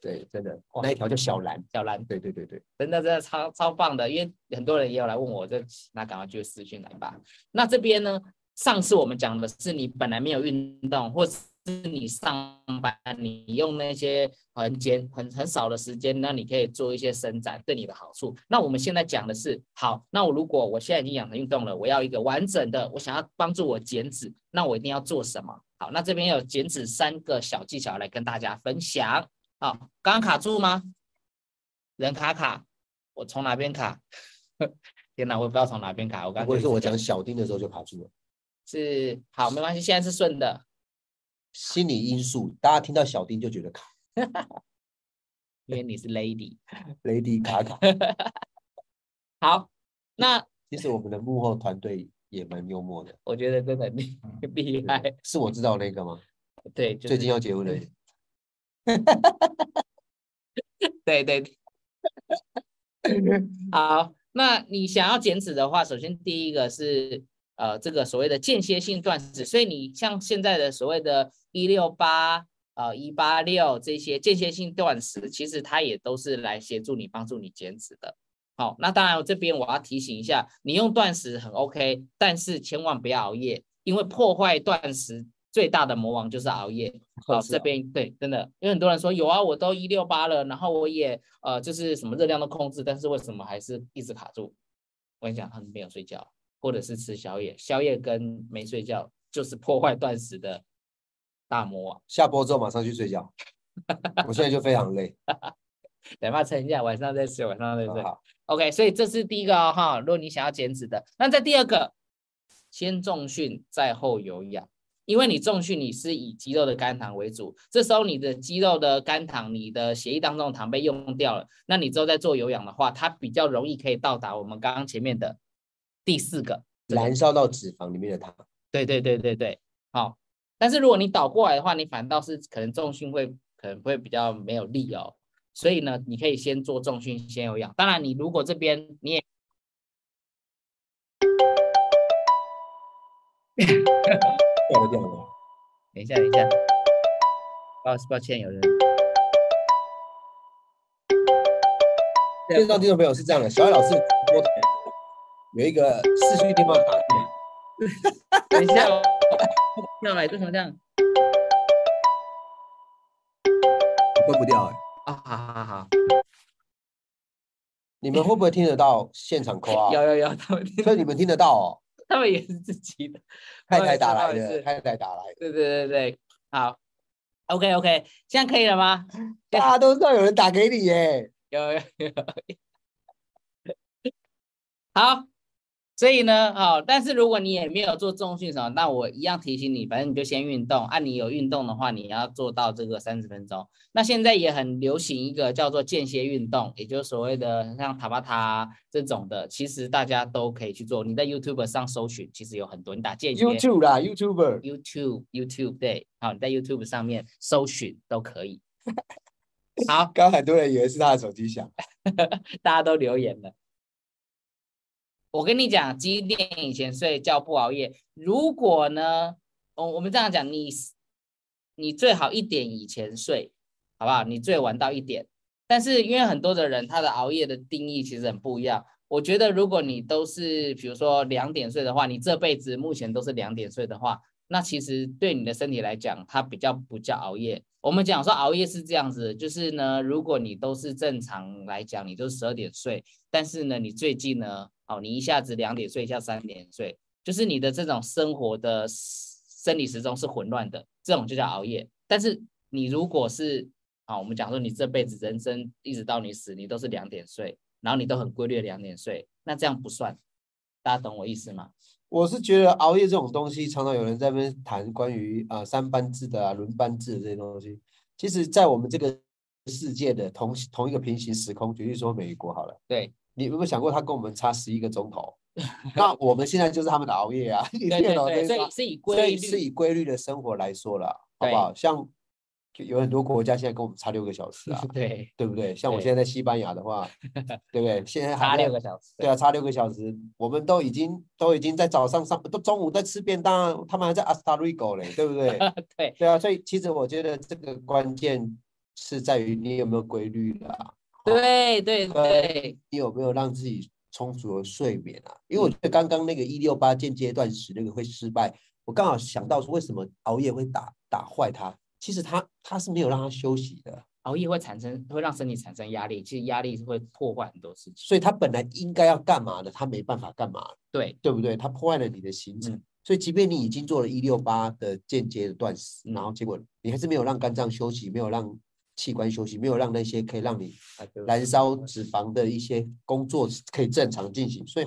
Speaker 2: 对，真的，
Speaker 1: 哇
Speaker 2: 那一条叫小蓝，
Speaker 1: 小兰
Speaker 2: 对对对对，
Speaker 1: 真的真的超超棒的，因为很多人也有来问我，这那赶快就私讯来吧。那这边呢，上次我们讲的是你本来没有运动，或是你上班，你用那些很简很很少的时间，那你可以做一些伸展，对你的好处。那我们现在讲的是，好，那我如果我现在已经养成运动了，我要一个完整的，我想要帮助我减脂，那我一定要做什么？好，那这边有减脂三个小技巧来跟大家分享。好，刚刚卡住吗？人卡卡，我从哪边卡？ [laughs] 天哪，我也不知道从哪边卡。我刚刚
Speaker 2: 或者是
Speaker 1: 就
Speaker 2: 我
Speaker 1: 一直
Speaker 2: 讲小丁的时候就卡住了，
Speaker 1: 是好，没关系，现在是顺的。
Speaker 2: 心理因素，大家听到小丁就觉得卡，
Speaker 1: 因为你是 lady。
Speaker 2: 雷迪卡卡，
Speaker 1: 好，那
Speaker 2: 其实我们的幕后团队也蛮幽默的，
Speaker 1: 我觉得真的很厉 [laughs] 厉害。
Speaker 2: 是我知道那个吗？
Speaker 1: 对，就
Speaker 2: 嗯最
Speaker 1: 是
Speaker 2: 近要结婚了。
Speaker 1: 对对。 [laughs] 对好，那你想要减脂的话，首先第一个是呃这个所谓的间歇性断食，所以你像现在的所谓的一六八。呃，一八六这些间歇性断食，其实它也都是来协助你、帮助你减脂的。好，那当然这边我要提醒一下，你用断食很 OK，但是千万不要熬夜，因为破坏断食最大的魔王就是熬夜。好，
Speaker 2: 是
Speaker 1: 这
Speaker 2: 啊
Speaker 1: 边对，真的，因为很多人说有啊，我都一六八了，然后我也呃就是什么热量都控制，但是为什么还是一直卡住？我跟你讲，他们没有睡觉，或者是吃宵夜，宵夜跟没睡觉就是破坏断食的大魔王。
Speaker 2: 下播之后马上去睡 [laughs] 觉。我现在就非常累。
Speaker 1: 等一下撑一下，晚上再吃，晚上再睡。
Speaker 2: 哦好，
Speaker 1: OK，所以这是第一个哦哈、如果你想要减脂的，那在第二个，先重训再后有氧，因为你重训你是以肌肉的肝糖为主，这时候你的肌肉的肝糖，你的血液当中的糖被用掉了，那你之后再做有氧的话，它比较容易可以到达我们刚刚前面的第四个，
Speaker 2: 燃烧到脂肪里面的糖，
Speaker 1: 对对对对对，好、但是如果你倒过来的话，你反倒是可能重训会可能会比较没有力哦。所以呢，你可以先做重训，先有氧。当然，你如果这边你也
Speaker 2: 掉了掉了。
Speaker 1: 等一下，等一下，抱抱歉，有人
Speaker 2: 线上听众朋友是这样的，小艾老师直播台有一个四区电话打进来，
Speaker 1: 等一下哦，要来为什么这样？
Speaker 2: 我关不掉哎、
Speaker 1: 啊、好好好
Speaker 2: 你们会不会听得到现场 call [laughs]
Speaker 1: 好，有
Speaker 2: 啊？
Speaker 1: 有有，他们
Speaker 2: 所以你们听得到 [laughs] 哦，
Speaker 1: 他们也是自己的，
Speaker 2: 太太打来
Speaker 1: 不好意思
Speaker 2: 的，太太打来的，
Speaker 1: 对对对对，好，OK OK，这样可以了吗？
Speaker 2: 大家都知道有人打给你耶、 [laughs]
Speaker 1: 有有有。 [laughs] 好，所以呢，好、但是如果你也没有做重训什么，那我一样提醒你，反正你就先运动。按、你有运动的话，你要做到这个三十分钟。那现在也很流行一个叫做间歇运动，也就是所谓的像塔巴塔这种的，其实大家都可以去做。你在 YouTube 上搜寻，其实有很多，你打间歇
Speaker 2: YouTube 啦，YouTuber，
Speaker 1: YouTube YouTube 对，好，你在 YouTube 上面搜寻都可以。 [laughs] 好，
Speaker 2: 刚刚很多人以为是他的手机响，
Speaker 1: 大家都留言了。我跟你讲，几点以前睡觉不熬夜？如果呢，哦我我们这样讲，你你最好一点以前睡，好不好？你最晚到一点。但是因为很多的人他的熬夜的定义其实很不一样。我觉得如果你都是比如说两点睡的话，你这辈子目前都是两点睡的话，那其实对你的身体来讲，它比较不叫熬夜。我们讲说熬夜是这样子，就是呢，如果你都是正常来讲，你都十二点睡，但是呢，你最近呢，哦，你一下子两点睡，一下三点睡，就是你的这种生活的 s- 生理时钟是混乱的，这种就叫熬夜。但是你如果是啊，我们讲说你这辈子人生一直到你死，你都是两点睡，然后你都很规律地两点睡，那这样不算，大家懂我意思吗？
Speaker 2: 我是觉得熬夜这种东西，常常有人在那边谈关于啊、呃三班制的啊轮班制的这些东西。其实，在我们这个世界的同同一个平行时空，举例说美国好了，
Speaker 1: 对，
Speaker 2: 你有没有想过他跟我们差十一个钟 [laughs] 头？那我们现在就是他们的熬夜 [laughs] 啊，你
Speaker 1: 对
Speaker 2: 电
Speaker 1: 对
Speaker 2: 脑
Speaker 1: 对，所
Speaker 2: 在刷
Speaker 1: 以是以
Speaker 2: 所
Speaker 1: 规
Speaker 2: 以
Speaker 1: 律，
Speaker 2: 是以规律的生活来说了，好
Speaker 1: 对，
Speaker 2: 不好？像就有很多国家现在跟我们差六个小时啊
Speaker 1: [laughs] 对，
Speaker 2: 对不对？像我
Speaker 1: 对
Speaker 2: 现在在西班牙的
Speaker 1: [laughs]
Speaker 2: 话，对不对？现在还
Speaker 1: 差
Speaker 2: 在
Speaker 1: 六个小时，
Speaker 2: 对啊，差六个小时，我们都已经都已经在早上上，都中午在吃便当啊，他们还在阿斯 r 瑞 g o 嘞，对不对？ [laughs]
Speaker 1: 对
Speaker 2: 对啊，所以其实我觉得这个关键是在于你有没有规律啦，
Speaker 1: [laughs] 对对对，
Speaker 2: 你有没有让自己充足的睡眠啊？因为我觉得刚刚那个一六八间接断食那个会失败，我刚好想到说为什么熬夜会打打坏它，其实它它是没有让它休息的。
Speaker 1: 熬夜会产生会让身体产生压力，其实压力是会破坏很多事情。
Speaker 2: 所以他本来应该要干嘛的，他没办法干嘛，
Speaker 1: 对
Speaker 2: 对不对？他破坏了你的行程，
Speaker 1: 嗯
Speaker 2: 所以即便你已经做了一六八的间接的断食，然后结果你还是没有让肝脏休息，没有让器官休息，没有让那些可以让你
Speaker 1: 啊
Speaker 2: 燃烧脂肪的一些工作可以正常进行，所以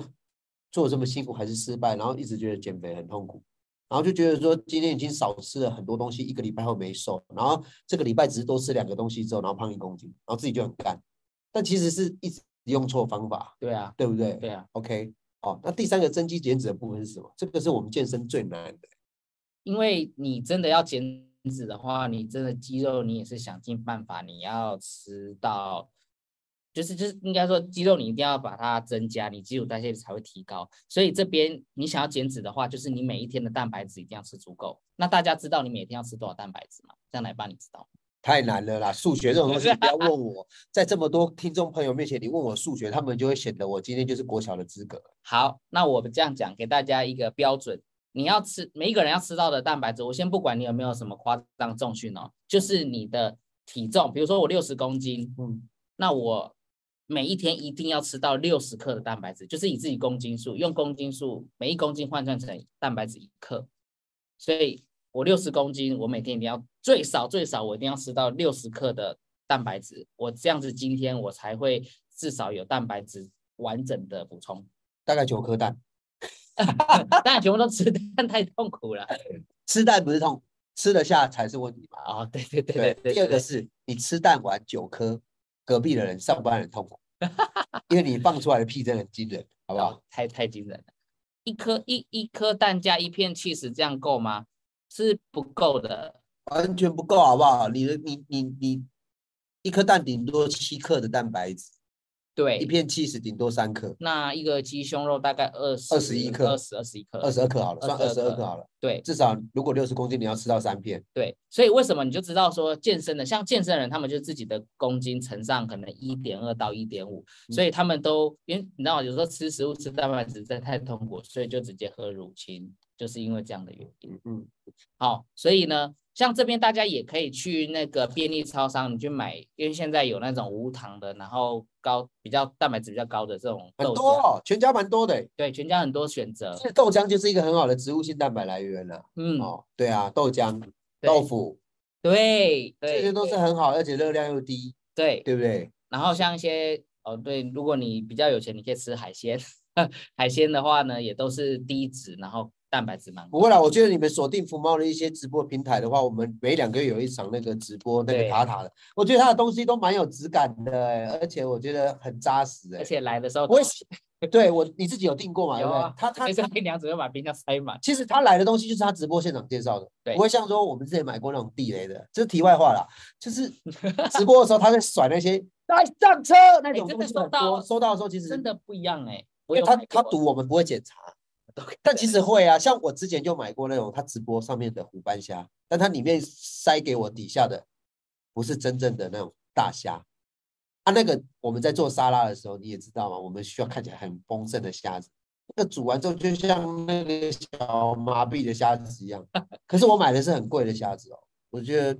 Speaker 2: 做得这么辛苦还是失败，然后一直觉得减肥很痛苦。然后就觉得说，今天已经少吃了很多东西，一个礼拜后没瘦，然后这个礼拜只是多吃两个东西之后，然后胖一公斤，然后自己就很干。但其实是一直用错方法，
Speaker 1: 对啊，
Speaker 2: 对不对？
Speaker 1: 对啊，
Speaker 2: OK，哦，那第三个增肌减脂的部分是什么？这个是我们健身最难的。
Speaker 1: 因为你真的要减脂的话，你真的肌肉你也是想尽办法，你要吃到，就是就是应该说肌肉你一定要把它增加，你基础代谢才会提高。所以这边你想要减脂的话，就是你每一天的蛋白质一定要吃足够。那大家知道你每天要吃多少蛋白质吗？这样来帮你知道。
Speaker 2: 太难了啦！数学这种东西不要问我，在这么多听众朋友面前，你问我数学，他们就会显得我今天就是国小的资格。
Speaker 1: 好，那我们这样讲，给大家一个标准，你要吃每一个人要吃到的蛋白质，我先不管你有没有什么夸张重训哦，就是你的体重，比如说我六十公斤，
Speaker 2: 嗯，
Speaker 1: 那我每一天一定要吃到六十克的蛋白质，就是以自己公斤数，用公斤数每一公斤换算成蛋白质一克，所以我六十公斤，我每天一定要最少最少我一定要吃到六十克的蛋白质，我这样子今天我才会至少有蛋白质完整的补充。
Speaker 2: 大概九颗蛋，
Speaker 1: 当然全部都吃， [laughs] 但太痛苦了。
Speaker 2: 吃蛋不是痛，吃得下才是问题嘛。
Speaker 1: 哦，对对对对对，
Speaker 2: 第二个
Speaker 1: 对
Speaker 2: 是你吃蛋完九颗，隔壁的人上班很痛苦， [laughs] 因为你放出来的屁真的很惊人，好不好？
Speaker 1: 哦太太惊人了。一颗一一颗蛋加一片 cheese，这样够吗？是不够的。
Speaker 2: 完全不够，好不好？你的你你你一颗蛋顶多七克的蛋白质，一
Speaker 1: 对，
Speaker 2: 片 cheese 顶多三克，
Speaker 1: 那一个鸡胸肉大概二十
Speaker 2: 21克
Speaker 1: 二十二十一克，
Speaker 2: 二十二克好了，算二
Speaker 1: 22
Speaker 2: 十二
Speaker 1: 克
Speaker 2: 克好了。
Speaker 1: 对
Speaker 2: 至少如果六十公斤，你要吃到三片。
Speaker 1: 对，所以为什么你就知道说健身的，像健身的人，他们就自己的公斤乘上可能一点二到一点五，
Speaker 2: 嗯
Speaker 1: 所以他们都因为你知道，有时候吃食物吃蛋白质真的太痛苦，所以就直接喝乳清，就是因为这样的原因。
Speaker 2: 嗯嗯，
Speaker 1: 好，所以呢，像这边大家也可以去那个便利超商，你去买，因为现在有那种无糖的，然后高比较蛋白质比较高的这种
Speaker 2: 很
Speaker 1: 豆
Speaker 2: 多、
Speaker 1: 浆，
Speaker 2: 哦，全家蛮多的欸。
Speaker 1: 对，全家很多选择
Speaker 2: 其，实豆浆就是一个很好的植物性蛋白来源了、
Speaker 1: 嗯，
Speaker 2: 哦，对啊，豆浆、
Speaker 1: 对
Speaker 2: 豆腐
Speaker 1: 对
Speaker 2: 这
Speaker 1: 对，
Speaker 2: 些都是
Speaker 1: 对
Speaker 2: 很好，而且热量又低，
Speaker 1: 对，
Speaker 2: 对不对？
Speaker 1: 然后像一些哦，对，如果你比较有钱，你可以吃海鲜， [laughs] 海鲜的话呢，也都是低脂，然后蛋白质蛮
Speaker 2: 不
Speaker 1: 高，
Speaker 2: 会啦，我觉得你们锁定福猫的一些直播平台的话，我们每两个月有一场那个直播，那
Speaker 1: 对
Speaker 2: 个塔塔的，我觉得他的东西都蛮有质感的、欸，而且我觉得很扎实、欸，
Speaker 1: 而且来的时候
Speaker 2: 我也喜对我你自己有订过嘛？对
Speaker 1: 有
Speaker 2: 不对
Speaker 1: 啊
Speaker 2: 他他
Speaker 1: 黑社会娘只会把冰箱塞满，
Speaker 2: 其实他来的东西就是他直播现场介绍的，
Speaker 1: 对
Speaker 2: 不会像说我们之前买过那种地雷的。这是题外话啦，就是直播的时候他在甩
Speaker 1: [laughs]
Speaker 2: 那些来上车那种
Speaker 1: 哎真的
Speaker 2: 东西
Speaker 1: 收
Speaker 2: 很
Speaker 1: 到
Speaker 2: 多，收到的时候其实
Speaker 1: 真的不一样哎、
Speaker 2: 因
Speaker 1: 我
Speaker 2: 为
Speaker 1: 有
Speaker 2: 他
Speaker 1: 买
Speaker 2: 他
Speaker 1: 过
Speaker 2: 赌我们不会检查，
Speaker 1: [laughs]
Speaker 2: 但其实会啊，像我之前就买过那种他直播上面的虎斑虾，但它里面塞给我底下的不是真正的那种大虾。啊，那个我们在做沙拉的时候，你也知道嘛，我们需要看起来很丰盛的虾子，那个煮完之后就像那个小麻痹的虾子
Speaker 1: [laughs]
Speaker 2: 一样。可是我买的是很贵的虾子哦，我觉得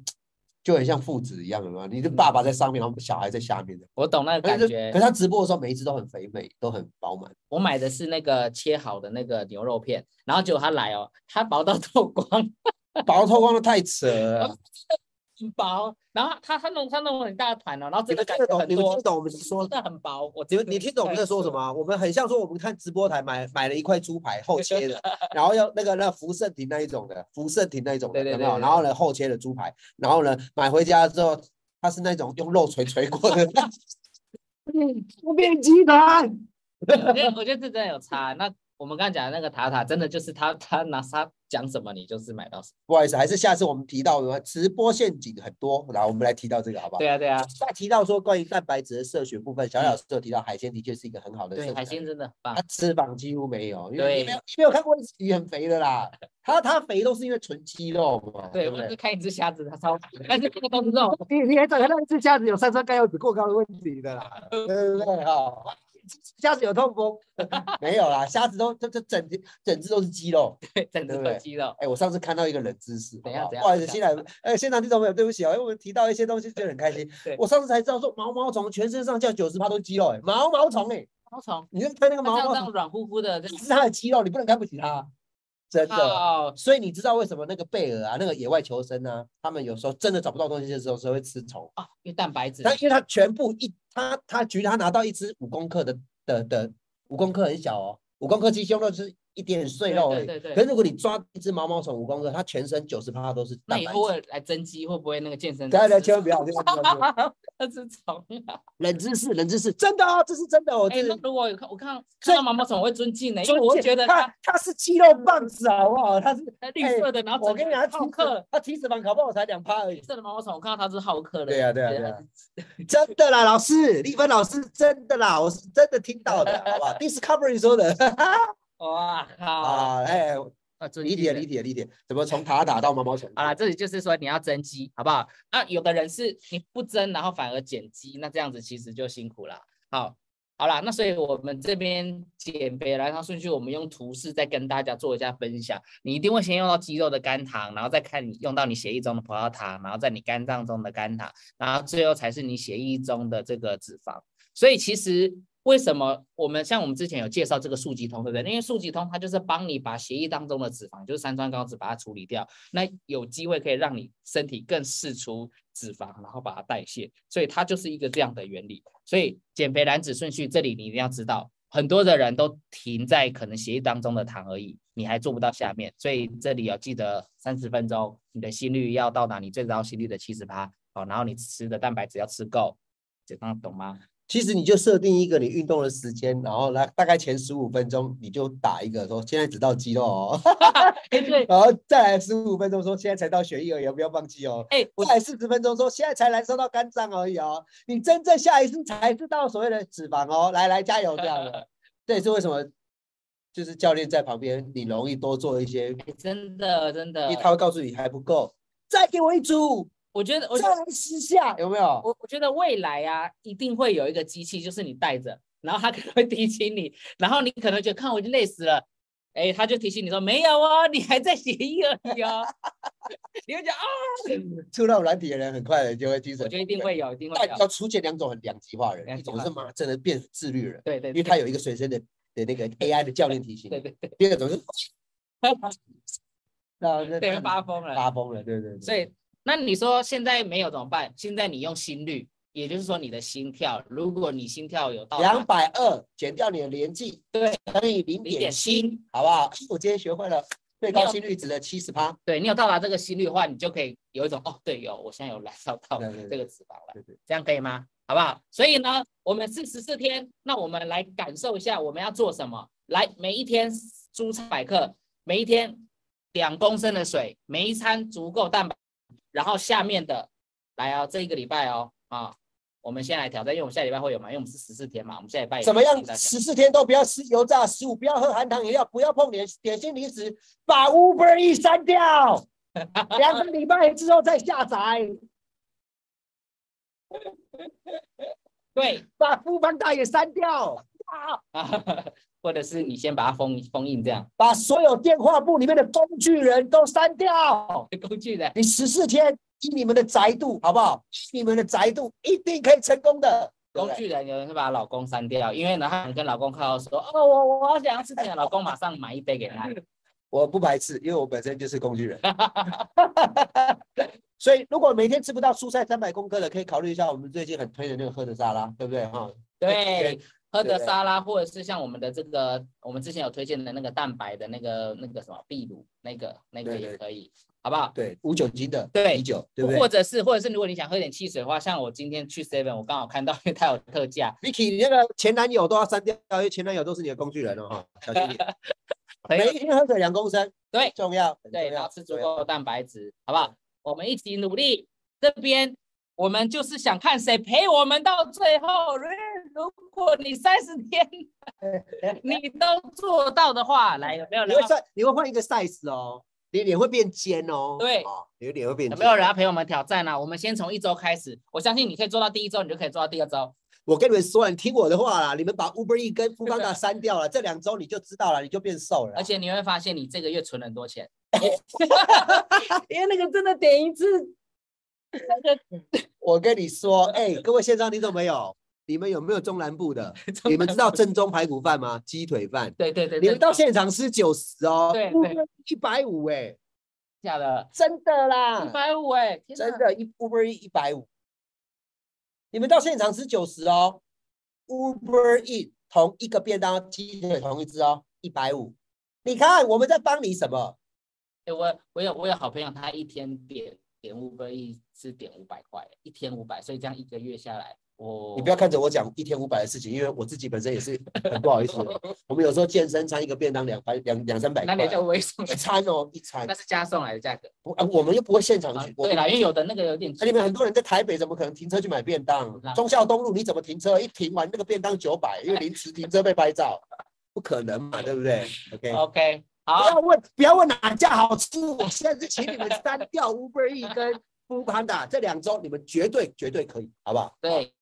Speaker 2: 就很像父子一样，有没有？你的爸爸在上面，然后小孩在下面的。
Speaker 1: 我懂那个
Speaker 2: 可
Speaker 1: 感
Speaker 2: 是，
Speaker 1: 觉
Speaker 2: 可是。他直播的时候，每一只都很肥美，都很饱满。
Speaker 1: 我买的是那个切好的那个牛肉片，然后结果他来哦，他薄到透光，哦
Speaker 2: 薄透光的太扯了，
Speaker 1: 薄，然后它它弄它弄很大团哦，然后
Speaker 2: 你
Speaker 1: 真的
Speaker 2: 们
Speaker 1: 感
Speaker 2: 听得
Speaker 1: 觉
Speaker 2: 懂？
Speaker 1: 很
Speaker 2: 你们听
Speaker 1: 多，
Speaker 2: 得懂我们说
Speaker 1: 真的很薄。我
Speaker 2: 你
Speaker 1: 真
Speaker 2: 们
Speaker 1: 的
Speaker 2: 你听懂我们在说什么？啊？我们很像说我们看直播台买买了一块猪排后
Speaker 1: [laughs]
Speaker 2: 切的，然后要那个那福盛庭那一种的，福盛庭那一种
Speaker 1: 对
Speaker 2: 的，
Speaker 1: 对
Speaker 2: 有没
Speaker 1: 对
Speaker 2: 有
Speaker 1: 对
Speaker 2: 然后呢后切的猪排，然后呢买回家之后，它是那种用肉锤锤过
Speaker 1: [laughs]
Speaker 2: 的，不变鸡蛋。
Speaker 1: 我觉得我觉得这真的有差。那我们刚刚讲的那个塔塔，真的就是他他拿他讲什么，你就是买到什么。
Speaker 2: 不好意思，还是下次我们提到的话，直播陷阱很多，然后我们来提到这个好不好？
Speaker 1: 对啊对啊，
Speaker 2: 再提到说关于蛋白质的摄取部分，小小是有提到海鲜的确是一啊个很好的摄
Speaker 1: 对
Speaker 2: 取
Speaker 1: 海
Speaker 2: 来
Speaker 1: 鲜
Speaker 2: 源。
Speaker 1: 真的很棒
Speaker 2: 它。脂肪几乎没有，因为你没
Speaker 1: 啊对
Speaker 2: 有你没有看过一只鱼很肥的啦，它它肥都是因为纯肌肉嘛，
Speaker 1: 对，
Speaker 2: 不
Speaker 1: 我就
Speaker 2: 对？
Speaker 1: 看一只虾子，它超，但是那个都是
Speaker 2: [laughs]
Speaker 1: 肉，
Speaker 2: 你你还找得到一只虾子有三酸甘油脂过高的问题的啦，对不对哈？虾子有痛风没有啦？虾子都这这整只整只都是肌肉。
Speaker 1: 对，整只
Speaker 2: 对不
Speaker 1: 都
Speaker 2: 对
Speaker 1: 肌肉。
Speaker 2: 哎，我上次看到一个冷知识，
Speaker 1: 怎
Speaker 2: 好
Speaker 1: 样
Speaker 2: 不
Speaker 1: 怎
Speaker 2: 好不好意
Speaker 1: 样
Speaker 2: 思，新来呃现场听众朋友，对不起啊，因为我们提到一些东西就很开心
Speaker 1: 对。
Speaker 2: 我上次才知道说毛毛虫全身上下九十趴都是肌肉，哎，毛毛虫哎，
Speaker 1: 毛虫，
Speaker 2: 你就看那个
Speaker 1: 它
Speaker 2: 毛
Speaker 1: 这样
Speaker 2: 毛
Speaker 1: 这
Speaker 2: 虫
Speaker 1: 样，软乎乎的，这
Speaker 2: [laughs]
Speaker 1: 哦
Speaker 2: 你
Speaker 1: 样
Speaker 2: 是它的啊肌肉，你不能看不起它，真的。
Speaker 1: 靠
Speaker 2: 所以你知道为什么那个贝尔啊，那个野外求生啊，他们有时候真的找不到东西的时候，是会吃虫。
Speaker 1: 啊，因为蛋白质
Speaker 2: 他因为他全部一他他举例他拿到一只五公克的的的五公克很小哦，五公克鸡胸肉就是一点点碎
Speaker 1: 对
Speaker 2: 肉而
Speaker 1: 对
Speaker 2: 已。
Speaker 1: 对对
Speaker 2: 可是如果你抓一只毛毛虫五公克，它全身九十趴都是
Speaker 1: 那
Speaker 2: 蛋
Speaker 1: 以
Speaker 2: 白
Speaker 1: 后为
Speaker 2: 质。
Speaker 1: 了来增肌，会不会那个健身？
Speaker 2: 大家千万不要，千万不要！
Speaker 1: [laughs] 它是虫啊！
Speaker 2: 冷知识，冷知识，真的哦，这是真的哦，
Speaker 1: 哎，
Speaker 2: 这
Speaker 1: 那
Speaker 2: 是
Speaker 1: 如果有看我看
Speaker 2: 所
Speaker 1: 看
Speaker 2: 以
Speaker 1: 到毛毛虫，我会尊敬的，因
Speaker 2: 尊
Speaker 1: 为我会
Speaker 2: 敬
Speaker 1: 觉得
Speaker 2: 它
Speaker 1: 它
Speaker 2: 它是肌肉棒子，好不好？它是
Speaker 1: 它绿
Speaker 2: 哎
Speaker 1: 色的，然后
Speaker 2: 我
Speaker 1: 整
Speaker 2: 跟你
Speaker 1: 个
Speaker 2: 讲，它
Speaker 1: 浩
Speaker 2: 体
Speaker 1: 克
Speaker 2: 脂，它体脂肪搞不好才两趴而已
Speaker 1: 绿。色的毛毛虫，我看到它是浩克的。
Speaker 2: 对啊对啊
Speaker 1: 觉得
Speaker 2: 对
Speaker 1: 它
Speaker 2: 啊
Speaker 1: 是
Speaker 2: 真的啦，老师，丽芬老师真的啦，我是真的听到的，好
Speaker 1: [laughs]
Speaker 2: 不好？Discovery 说的
Speaker 1: 哇靠！
Speaker 2: 啊，哎，
Speaker 1: 啊，尊
Speaker 2: 理
Speaker 1: 敬
Speaker 2: 解
Speaker 1: 的
Speaker 2: 理解理解，怎么从塔塔到毛毛虫？
Speaker 1: 好啦，啊这里就是说你要增肌，好不好？那有的人是你不增，然后反而减肌，那这样子其实就辛苦啦。好，好啦，那所以我们这边减肥燃烧顺序，我们用图示再跟大家做一下分享。你一定会先用到肌肉的肝糖，然后再看你用到你血液中的葡萄糖，然后在你肝脏中的肝糖，然后最后才是你血液中的这个脂肪。所以其实为什么我们像我们之前有介绍这个速肌通，对不对？因为速肌通它就是帮你把血液当中的脂肪，就是三酸高脂，把它处理掉，那有机会可以让你身体更释出脂肪，然后把它代谢，所以它就是一个这样的原理。所以减肥燃脂顺序，这里你一定要知道，很多的人都停在可能血液当中的糖而已，你还做不到下面，所以这里要记得三十分钟，你的心率要到达你最高心率的七十趴，好，然后你吃的蛋白质要吃够，这样懂吗？
Speaker 2: 其实你就设定一个你运动的时间，然后来大概前十五分钟你就打一个说现在只到肌肉哦， [laughs]
Speaker 1: 哎，对，
Speaker 2: 然后再来十五分钟说现在才到血液而已哦，不要放弃哦。
Speaker 1: 哎， [laughs] 我
Speaker 2: 再来四十分钟说现在才燃烧到肝脏而已哦，你真正下一次才是到所谓的脂肪哦，来来加油这
Speaker 1: [laughs]
Speaker 2: 样的。这也是为什么就是教练在旁边，你容易多做一些，因
Speaker 1: 哎真的真的
Speaker 2: 为，他会告诉你还不够，再给我一组，
Speaker 1: 我觉得我觉
Speaker 2: 再
Speaker 1: 得
Speaker 2: 来十下，有没有？
Speaker 1: 我我觉得未来啊，一定会有一个机器，就是你带着，然后它可能会提醒你，然后你可能觉得看我已经累死了，哎，它就提醒你说没有哦，你还在写一而已哦， [laughs] 你会讲啊，
Speaker 2: 触到软体的人很快的就会精神
Speaker 1: 我觉
Speaker 2: 崩溃，
Speaker 1: 得一定会有，一定会
Speaker 2: 但要
Speaker 1: 有，
Speaker 2: 出现两种很两极化的人，
Speaker 1: 两
Speaker 2: 一
Speaker 1: 极
Speaker 2: 种
Speaker 1: 化
Speaker 2: 是妈真的变自律人，
Speaker 1: 对对
Speaker 2: 因为他有一个随身的的那个 AI 的教练提醒
Speaker 1: 对，对对，
Speaker 2: 第二种是那那
Speaker 1: 对
Speaker 2: 他
Speaker 1: 发疯了，
Speaker 2: 发疯了，对对对，
Speaker 1: 所以那你说现在没有怎么办？现在你用心率，也就是说你的心跳，如果你心跳有到
Speaker 2: 两百二减掉你的年纪，
Speaker 1: 对，
Speaker 2: 乘以零
Speaker 1: 零点
Speaker 2: 点七，
Speaker 1: 七，
Speaker 2: 好不好？ [coughs] 我今天学会了最
Speaker 1: 没
Speaker 2: 高
Speaker 1: 有
Speaker 2: 心率值的七十趴，
Speaker 1: 对你有到达这个心率的话，你就可以有一种哦，对，有，我现在有燃烧到
Speaker 2: 对对对
Speaker 1: 这个脂肪了，
Speaker 2: 对对
Speaker 1: 这样可以吗？好不好？所以呢，我们是十四天，那我们来感受一下我们要做什么。来，每一天蔬菜百克，每一天两公升的水，每一餐足够蛋白，然后下面的来哦，这一个礼拜哦啊，我们先来挑战，因为我们下礼拜会有嘛，因为我们是十四天嘛，我们下礼拜也
Speaker 2: 怎么
Speaker 1: 会
Speaker 2: 样
Speaker 1: 跟？哎大家
Speaker 2: 十四天都不要吃油炸食物，不要喝含糖饮料，不要碰点点心零食，把 Uber E 删掉，两个礼拜之后再下载，
Speaker 1: 对
Speaker 2: 把富邦大也删掉。
Speaker 1: 啊， [laughs] 或者是你先把它封封印这样 [laughs]
Speaker 2: 把所有电话簿里面的工具人都删掉。
Speaker 1: 工具的。
Speaker 2: 你十四天，以你们的宅度好不好？以你们的宅度一定可以成功的。对不
Speaker 1: 工
Speaker 2: 对
Speaker 1: 具人有人是把老公删掉，因为呢，她想跟老公靠
Speaker 2: [laughs]
Speaker 1: 说，哦，我我好想要吃这个，老公马上买一杯给她。
Speaker 2: 我不排斥，因为我本身就是工具人。 [laughs] 所以如果每天吃不到蔬菜三百公克的，可以考虑一下我们最近很推的那个喝的沙拉，对不对哈？
Speaker 1: 对，喝的
Speaker 2: 对
Speaker 1: 沙拉，或者是像我们的这个，我们之前有推荐的那个蛋白的那个那个什么秘鲁，那个那个
Speaker 2: 对
Speaker 1: 也
Speaker 2: 对
Speaker 1: 可以，好不好？
Speaker 2: 对，无酒精的
Speaker 1: 对
Speaker 2: 啤酒，对不
Speaker 1: 或
Speaker 2: 对
Speaker 1: 者是或者是如果你想喝点汽水的话，像我今天去 Seven，我刚好看到，因为它有特价，
Speaker 2: ？Vicky，你那个前男友都要删掉，因为前男友都是你的工具人哦，哈，
Speaker 1: [laughs]
Speaker 2: 小心一点。
Speaker 1: 可
Speaker 2: 每
Speaker 1: 以
Speaker 2: 天喝水两公升，
Speaker 1: 对
Speaker 2: 重要，很
Speaker 1: 对，
Speaker 2: 重
Speaker 1: 然
Speaker 2: 要
Speaker 1: 后吃足
Speaker 2: 对
Speaker 1: 够的蛋白质，好不好？我们一起努力。这边我们就是想看谁陪我们到最后。 [laughs] 如果你三十
Speaker 2: [laughs]
Speaker 1: 天你都做到的话，来有没有
Speaker 2: 你
Speaker 1: 人
Speaker 2: 会
Speaker 1: 要？
Speaker 2: 算，你会换一个 size 哦，你的脸会变尖哦。
Speaker 1: 对
Speaker 2: 哦，你的脸会变
Speaker 1: 有
Speaker 2: 尖。
Speaker 1: 没有人啊要陪我们挑战呢、我们先从一周开始，我相信你可以做到第一周，你就可以做到第二周。
Speaker 2: 我跟你们说，你听我的话啦，你们把 Uber E 跟 f o o d 删掉了，这两周你就知道了，你就变瘦了啦。
Speaker 1: 而且你会发现，你这个月存了很多钱，因为那个真的点一次，那个
Speaker 2: [laughs] 我跟你说，哎、各位线上听众朋友，你们有没有中南
Speaker 1: [laughs]
Speaker 2: 部的？你们知道正宗排骨饭吗？鸡腿饭，
Speaker 1: 对对对，
Speaker 2: 你们到
Speaker 1: 真
Speaker 2: 现场吃九十哦
Speaker 1: 对，
Speaker 2: 一百五哎，
Speaker 1: 的假的
Speaker 2: 真的啦，
Speaker 1: 一百五哎，天哪
Speaker 2: 嗯真的，一 Uber 一百五，你们到现场吃九十哦，Uber 一同一个便当鸡腿同一只哦，一百五。你看我们在帮你什么？
Speaker 1: 哎、我我有我有好朋友，他一天点点五个亿是点五百块，一天五百，所以这样一个月下来，我
Speaker 2: 你不要看着我讲一天五百的事情，因为我自己本身也是很不 [laughs] 好意思的。我们有时候健身餐一个便当两百两两三百
Speaker 1: 那
Speaker 2: 块，
Speaker 1: 你叫微送
Speaker 2: 一
Speaker 1: 的，
Speaker 2: 餐哦一餐
Speaker 1: 那，是加送来的价格。
Speaker 2: 不啊我们又不会现场
Speaker 1: 啊
Speaker 2: 去。我
Speaker 1: 对
Speaker 2: 们
Speaker 1: 啦，因为有的那个有点
Speaker 2: 那你们很多人在台北怎么可能停车去买便 [laughs] 当
Speaker 1: 那？
Speaker 2: 忠孝东路你怎么停车？一停完那个便当九百，因为临时停车被拍照，不可能嘛，对不对？OK，
Speaker 1: OK，
Speaker 2: 不
Speaker 1: 好
Speaker 2: 要问不要问哪家好吃，我现在是请你们删掉 Uber E 跟 f o o p a n d a 这两周，你们绝对绝对可以，好不好？
Speaker 1: 对，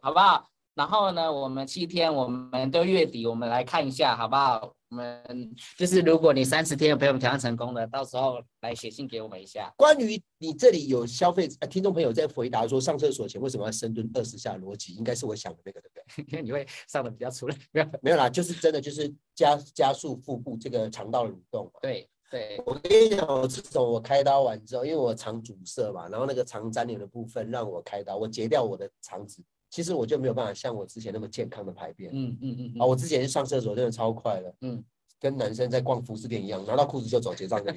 Speaker 1: 好不好？然后呢，我们七天，我们都月底，我们来看一下，好不好？我们就是如果你三十天有陪我们挑战成功的，到时候来写信给我们一下。 [laughs]
Speaker 2: 关于你这里有消费呃听众朋友在回答说上厕所前为什么要深蹲二十下的逻辑，应该是我想的那个，对 [laughs] 不对？
Speaker 1: 因为你会上的比较出来， [laughs] 不要
Speaker 2: 没有啦，就是真的就是加加速腹部这个肠道的蠕动嘛。
Speaker 1: 对对，
Speaker 2: 我跟你讲，我自从我开刀完之后，因为我肠阻塞嘛，然后那个肠粘连的部分让我开刀，我截掉我的肠子，其实我就没有办法像我之前那么健康的排便。
Speaker 1: 嗯嗯嗯
Speaker 2: 啊，
Speaker 1: 嗯，
Speaker 2: 我之前上厕所真的超快的，
Speaker 1: 嗯
Speaker 2: 嗯，跟男生在逛服饰店一样，拿到裤子就走结账的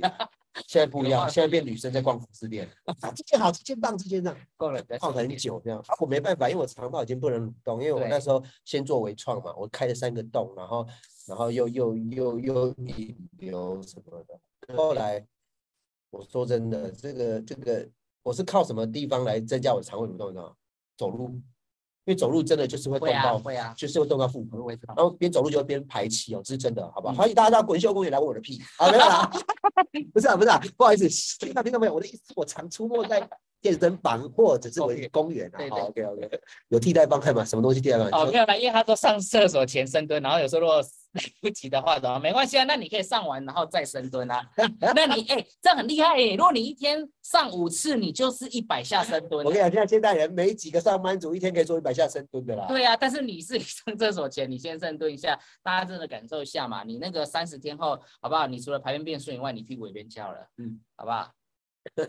Speaker 2: 现在不一样，现在变女生在逛服饰店，啊，这件好，这件棒，这件棒，
Speaker 1: 够了，不要
Speaker 2: 逛
Speaker 1: 小
Speaker 2: 很
Speaker 1: 便
Speaker 2: 久这样。啊，我没办法，因为我肠道已经不能蠕动，因为我
Speaker 1: 对
Speaker 2: 那时候先做微创嘛，我开了三个洞，然后然后又又又又引流什么的。后来我说真的，这个这个我是靠什么地方来增加我的肠胃蠕动呢？走路，因为走路真的就是会动
Speaker 1: 会啊
Speaker 2: 到，
Speaker 1: 会啊，
Speaker 2: 就是会动到腹部。
Speaker 1: 我也知道
Speaker 2: 然。后边走路就会边排气哦，这是真的，好不好？
Speaker 1: 嗯
Speaker 2: 欢迎大家到滚秀公园来闻我的屁啊！没有啦， [laughs] 不是啊，不是啊，不好意思，听到听到没有？我的意思是我常出没在健身房或者是
Speaker 1: 公
Speaker 2: 为
Speaker 1: 园
Speaker 2: 公园啊
Speaker 1: 对。对
Speaker 2: 好，OK OK，有替代方案吗？什么东西替代方
Speaker 1: 哦，
Speaker 2: 案？
Speaker 1: 没有啦，因为他说上厕所前深蹲，然后有时候如果来不及的话，怎么没关系啊？那你可以上完然后再深蹲
Speaker 2: [laughs]
Speaker 1: 啊。那你哎、这样很厉害哎、如果你一天上五次，你就是一百下深蹲啊
Speaker 2: 我跟你。讲，现在现代人没几个上班族一天可以做一百下深蹲的啦。
Speaker 1: 对啊，但是你是上厕所前，你先深蹲一下，大家真的感受一下嘛。你那个三十天后，好不好？你除了排便变顺以外，你屁股也变翘了，嗯
Speaker 2: 嗯，
Speaker 1: 好不好？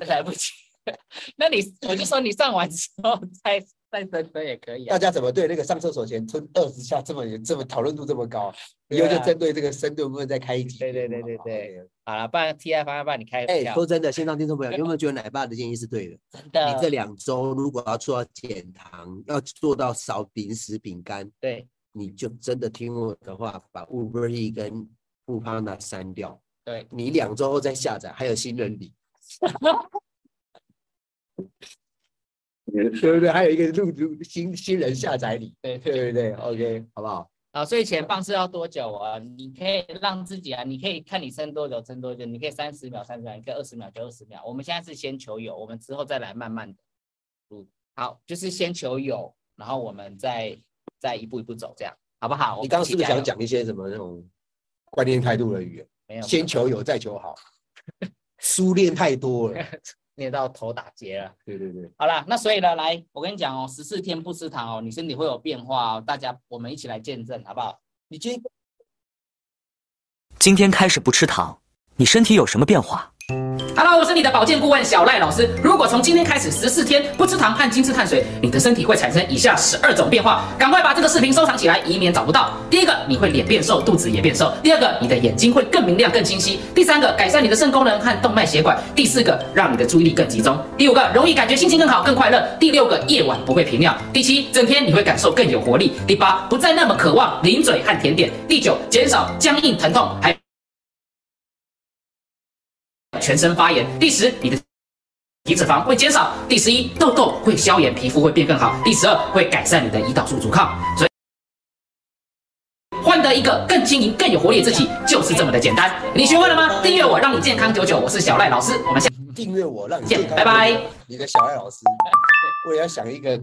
Speaker 1: 来不及。 [laughs] 那你 [laughs] 我就说你上完之后再再深蹲也可以啊
Speaker 2: 大。家怎么对那个上厕所前蹲二十下这么这么讨论度这么高啊？以后
Speaker 1: 对
Speaker 2: 就
Speaker 1: 啊
Speaker 2: 针对这个深蹲部分再开一集。
Speaker 1: 对对对对对。好了，不然 T I 方案，不然你开
Speaker 2: 哎，
Speaker 1: 票
Speaker 2: 说真的，线上听众朋友，你有没有觉得奶爸的建议是对的？
Speaker 1: 真的。
Speaker 2: 你这两周如果要做到减糖，要做到少零食饼干，
Speaker 1: 对
Speaker 2: 你就真的听我的话，把 Uber E 跟 f o o p a n d a 删掉。
Speaker 1: 对，
Speaker 2: 你两周后再下载，还有新人礼，对不对？还有一个录录新新人下载礼，
Speaker 1: 对对
Speaker 2: 对不对？OK，好不好？
Speaker 1: 啊，所以前棒是要多久啊？你可以让自己啊，你可以看你撑多久，撑多久，你可以三十秒，三十秒，你可以二十秒，就二十秒。我们现在是先求有，我们之后再来慢慢的，嗯，好，就是先求有，然后我们再再一步一步走，这样好不好？
Speaker 2: 你刚刚是不是
Speaker 1: 我
Speaker 2: 想
Speaker 1: 们一起加油？
Speaker 2: 讲一些什么那种观念态度的语言？
Speaker 1: 没有，
Speaker 2: 先求有，再求好。 [laughs] 书练太多了，
Speaker 1: 念到头打结了。
Speaker 2: 对对对，
Speaker 1: 好啦，那所以呢，来，我跟你讲哦，十四天不吃糖哦，你身体会有变化哦，大家我们一起来见证，好不好？
Speaker 2: 你今天
Speaker 4: 今天开始不吃糖，你身体有什么变化？
Speaker 5: Hello，我是你的保健顾问小赖老师。如果从今天开始十四天不吃糖和精致碳水，你的身体会产生以下十二种变化，赶快把这个视频收藏起来，以免找不到。第一个，你会脸变瘦，肚子也变瘦；第二个，你的眼睛会更明亮、更清晰；第三个，改善你的肾功能和动脉血管；第四个，让你的注意力更集中；第五个，容易感觉心情更好、更快乐；第六个，夜晚不会频尿；第七，整天你会感受更有活力；第八，不再那么渴望零嘴和甜点；第九，减少僵硬疼痛，还。全身发炎。第十，你的体脂肪会减少。第十一，痘痘会消炎，皮肤会变更好。第十二，会改善你的胰岛素阻抗。所以。换得一个更轻盈、更有活力的自己，就是这么的简单。你学会了吗？订阅我，让你健康久久。我是小赖老师，我们下
Speaker 2: 订阅我，让你健康。
Speaker 5: 拜拜。
Speaker 2: 你的小爱 [laughs] 老师，我也要想一个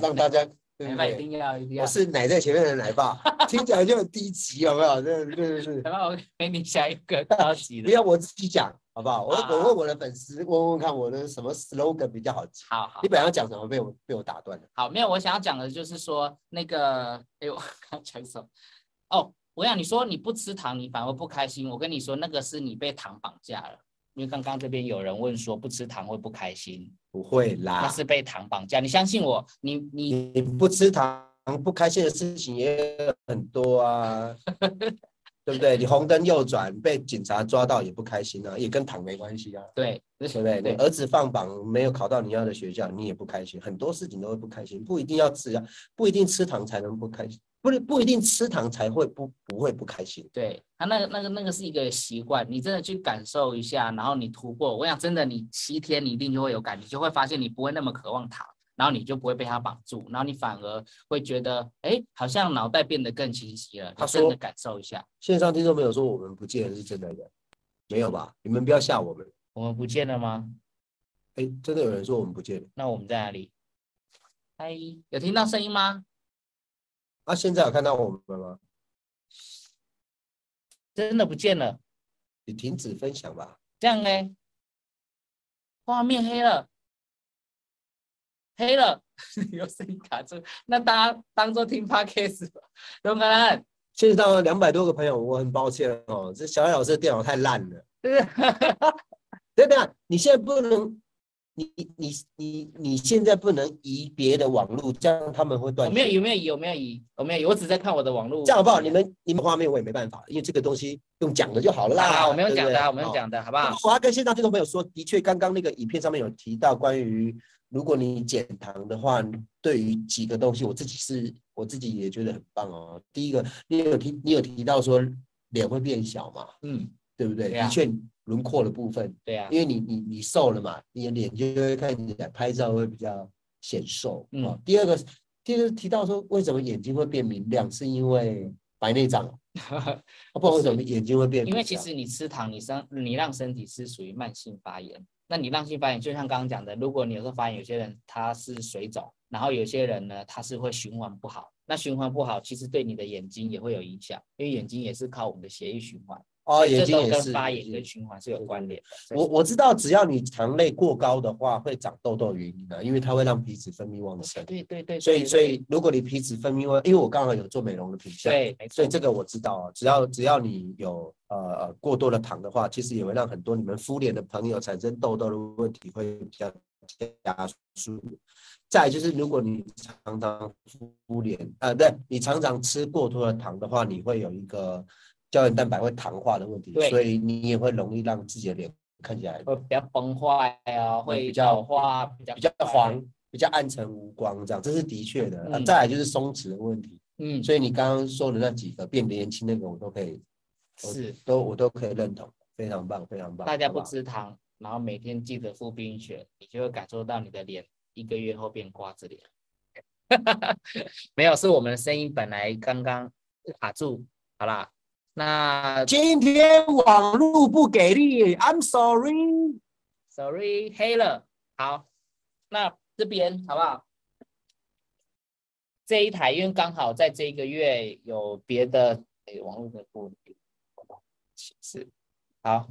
Speaker 2: 让大家对
Speaker 1: 奶
Speaker 2: 不
Speaker 5: 哎
Speaker 1: 爸一
Speaker 2: 对？
Speaker 1: 定要一定要
Speaker 2: 我。是奶在前面的奶 [laughs] 爸，听起来就很低级，有没有？真的真的是，
Speaker 1: 奶爸，我给你下一个高级
Speaker 2: 不
Speaker 1: 的。
Speaker 2: 要我自己讲，好不好？我
Speaker 1: 啊
Speaker 2: 我问我的粉丝，问问看我的什么 slogan 比较好记。
Speaker 1: 好好
Speaker 2: 你本来要讲什么，被我被我打断了。
Speaker 1: 好，没有，我想要讲的就是说那个，哎呦，我 [laughs] 刚讲什么？哦，我想你说你不吃糖，你反而不开心。我跟你说，那个是你被糖绑架了。因为刚刚这边有人问说不吃糖会不开心，
Speaker 2: 不会
Speaker 1: 那
Speaker 2: 啦，
Speaker 1: 是被糖绑架。你相信我，你你
Speaker 2: 你不吃糖，不开心的事情也很多 [laughs] 啊，对不对？你红灯右转被警察抓到也不开心啊，也跟糖没关系啊，
Speaker 1: 对
Speaker 2: 对不对？你
Speaker 1: 对
Speaker 2: 儿子放榜没有考到你要的学校，你也不开心，很多事情都会不开心，不一定要吃啊，不一定吃糖才能不开心，不是不一定吃糖才会不不会不开心。
Speaker 1: 对，他那个那个那个是一个习惯，你真的去感受一下，然后你突破。我想真的，你七天你一定就会有感，你就会发现你不会那么渴望糖，然后你就不会被它绑住，然后你反而会觉得，哎，好像脑袋变得更清晰了。
Speaker 2: 他
Speaker 1: 你真的
Speaker 2: 说
Speaker 1: 感受一下，
Speaker 2: 线上听众朋友说我们不见得是真的人，没有吧？你们不要吓我们。
Speaker 1: 我们不见了吗？
Speaker 2: 哎，真的有人说我们不见了
Speaker 1: 那我们在哪里？嗨，有听到声音吗？
Speaker 2: 啊？现在有看到我们吗？
Speaker 1: 真的不见了，
Speaker 2: 你停止分享吧。
Speaker 1: 这样嘞，画面黑了，黑了， [laughs] 有声音卡住，那大家当做听 podcast 吧，有可能。
Speaker 2: 线上两百多个朋友，我很抱歉哦，这小艾老师的电脑太烂了。
Speaker 1: 就是
Speaker 2: 等等下，你现在不能，你你你你现在不能移别的网络，这样他们会
Speaker 1: [laughs] 我
Speaker 2: 断
Speaker 1: 没有
Speaker 2: 线。
Speaker 1: 有没有有没有移有没有移，我只在看我的网络。
Speaker 2: 这样好不好？你们你们画面我也没办法，因为这个东西用讲的就好了
Speaker 1: 好
Speaker 2: 啦。
Speaker 1: 啦，我们用
Speaker 2: 对不
Speaker 1: 讲
Speaker 2: 对
Speaker 1: 的啊，我们用。
Speaker 2: 哦
Speaker 1: 讲的好不
Speaker 2: 不
Speaker 1: 好？
Speaker 2: 过我要跟线上听众朋友说，的确，刚刚那个影片上面有提到关于，如果你减糖的话，对于几个东西，我自己是我自己也觉得很棒哦。第一个，你有提你有提到说脸会变小嘛？
Speaker 1: 嗯，
Speaker 2: 对不对？
Speaker 1: 对啊
Speaker 2: 的确，轮廓的部分，
Speaker 1: 对啊，
Speaker 2: 因为你你你瘦了嘛，你的脸就会看起来拍照会比较显瘦。
Speaker 1: 嗯
Speaker 2: 嗯，第二个，第二个提到说为什么眼睛会变明亮，是因为白内障，哦
Speaker 1: [laughs]
Speaker 2: 啊、不然为什么眼睛会变明
Speaker 1: 因
Speaker 2: 亮？
Speaker 1: 为其实你吃糖，你身你让身体是属于慢性发炎。那你慢性发炎，就像刚刚讲的，如果你有时候发炎，有些人他是水肿，然后有些人呢，他是会循环不好。那循环不好，其实对你的眼睛也会有影响，因为眼睛也是靠我们的血液循环，
Speaker 2: 哦，
Speaker 1: 所以
Speaker 2: 眼
Speaker 1: 这
Speaker 2: 睛
Speaker 1: 都
Speaker 2: 也
Speaker 1: 跟
Speaker 2: 是
Speaker 1: 发
Speaker 2: 也
Speaker 1: 炎跟
Speaker 2: 是
Speaker 1: 循环是有
Speaker 2: 对对
Speaker 1: 关联的。所以
Speaker 2: 我我知道，只要你糖类过高的话，会长痘痘的原因啊，因为它会让皮脂分泌旺盛。
Speaker 1: 对对对，
Speaker 2: 所以，
Speaker 1: 对
Speaker 2: 所以如果你皮脂分泌旺，因为我刚好有做美容的品相，
Speaker 1: 对，没错
Speaker 2: 所以，这个我知道啊，只要只要你有呃呃过多的糖的话，其实也会让很多你们敷脸的朋友产生痘痘的问题会比较加速。再来就是，如果你常常敷脸，呃，对你常常吃过多的糖的话，你会有一个胶原蛋白会糖化的问题
Speaker 1: 对，呃
Speaker 2: 所以你也会容易让自己的脸看起来
Speaker 1: 会比较崩坏啊，会
Speaker 2: 比较
Speaker 1: 老化，比较
Speaker 2: 比较
Speaker 1: 快
Speaker 2: 黄，比较暗沉无光这样，这是的确的。呃
Speaker 1: 嗯
Speaker 2: 再来就是松弛的问题，
Speaker 1: 嗯，
Speaker 2: 所以你刚刚说的那几个变年轻那个，我都可以我
Speaker 1: 是
Speaker 2: 都我都可以认同，非常棒，非常棒。
Speaker 1: 大家
Speaker 2: 好
Speaker 1: 不
Speaker 2: 好
Speaker 1: 吃糖，然后每天记得敷冰雪，你就会感受到你的脸一个月后变瓜子脸。 [laughs] 没有，是我们的声音本来刚刚卡住，好啦，那
Speaker 2: 今天网络不给力，I'm sorry。
Speaker 1: sorry 黑了，好，那这边好不好？这一台因为刚好在这一个月有别的诶网络的不是好，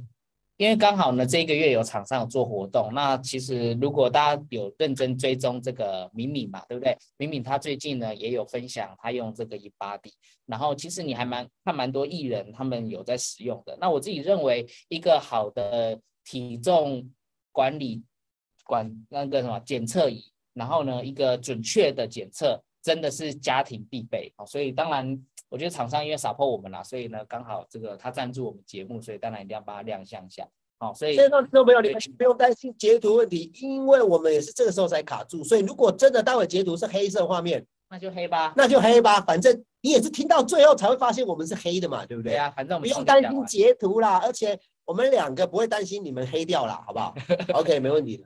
Speaker 1: 因为刚好呢这一个月有厂商有做活动，那其实如果大家有认真追踪这个敏敏嘛，对不对？敏敏她最近呢也有分享，她用这个 e b o d y 然后其实你还蛮看蛮多艺人他们有在使用的。那我自己认为一个好的体重管理管那个什么检测仪，然后呢，一个准确的检测真的是家庭必备哦。所以当然，我觉得厂商因为撒泼我们啦，所以呢，刚好这个他赞助我们节目，所以当然一定要帮他亮相一下。哦，所以
Speaker 2: 现在听众朋友，你们不用担心截图问题，因为我们也是这个时候才卡住，所以如果真的待会截图是黑色画面，
Speaker 1: 那就黑吧。
Speaker 2: 那就黑吧，反正你也是听到最后才会发现我们是黑的嘛，对不对？
Speaker 1: 对啊，反正我
Speaker 2: 不
Speaker 1: 们
Speaker 2: 用
Speaker 1: 早就
Speaker 2: 担
Speaker 1: 讲
Speaker 2: 心
Speaker 1: 完
Speaker 2: 截图啦，而且我们两个不会担心你们黑掉啦，好
Speaker 1: [laughs]
Speaker 2: 不好？OK，没问题的。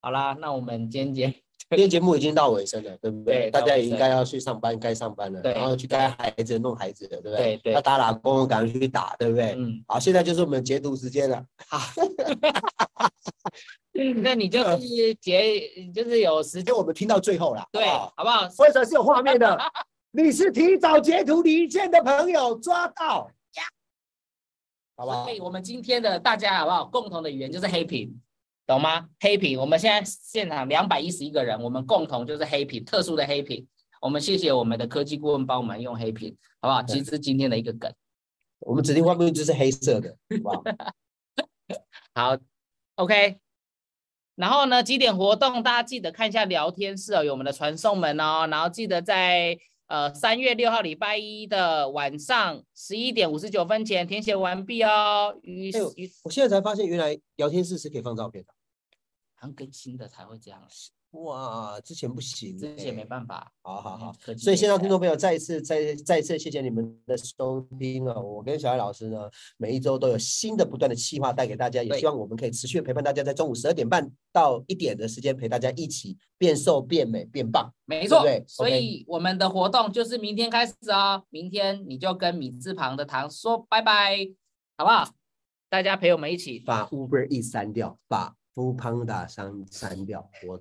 Speaker 1: 好啦，那我们今天节
Speaker 2: 今天节目已经到尾声了，对不
Speaker 1: 对
Speaker 2: 对？大
Speaker 1: 到
Speaker 2: 家
Speaker 1: 尾
Speaker 2: 也应
Speaker 1: 声
Speaker 2: 该要去上班，该上班了，
Speaker 1: 对
Speaker 2: 然后去该孩子弄孩子了，对不对？
Speaker 1: 对对
Speaker 2: 要打打工，赶快去打，对不对？
Speaker 1: 嗯，
Speaker 2: 好，现在就是我们截图时间了。哈，
Speaker 1: 那你就是节就是有时
Speaker 2: 给我们听到最后啦，
Speaker 1: 对，
Speaker 2: 好不好
Speaker 1: 好不好？
Speaker 2: 为什么是有画
Speaker 1: [laughs]
Speaker 2: 面的？你是提早截图离线的朋友抓到，好不好
Speaker 1: 所？以我们今天的大家好不好？共同的语言就是黑屏，懂吗？黑屏，我们现在现场两百一十一个人，我们共同就是黑屏，特殊的黑屏。我们谢谢我们的科技顾问帮我们用黑屏，好不好？
Speaker 2: 对
Speaker 1: 其实今天的一个梗。
Speaker 2: 我们指定画面就是黑色的，好不好？
Speaker 1: 好，OK。然后呢，几点活动大家记得看一下聊天室哦，有我们的传送门哦。然后记得在呃三月六号礼拜一的晚上十一点五十九分前填写完毕哦。于
Speaker 2: 哎呦
Speaker 1: 于
Speaker 2: 我现在才发现，原来聊天室是可以放照片的。
Speaker 1: 好像更新的才会这样，
Speaker 2: 哇，之前不行、
Speaker 1: 之前没
Speaker 2: 法。
Speaker 1: 办法。嗯
Speaker 2: 好好好，
Speaker 1: 科技
Speaker 2: 所以
Speaker 1: 业
Speaker 2: 现在
Speaker 1: 才
Speaker 2: 听众朋友再一次、再再一次谢谢你们的收听啊！我跟小艾老师呢，每一周都有新的不断的企划带给大家，也
Speaker 1: 对
Speaker 2: 希望我们可以持续地陪伴大家，在中午十二点半到一点的时间陪大家一起变瘦、变美、变棒。
Speaker 1: 没
Speaker 2: 对
Speaker 1: 错，
Speaker 2: 不对
Speaker 1: 所以我们的活动就是明天开始哦，明天你就跟米字旁的糖说拜拜，好不好？大家陪我们一起，
Speaker 2: 把 Uber E 删掉，把 f o o Panda 删删掉，我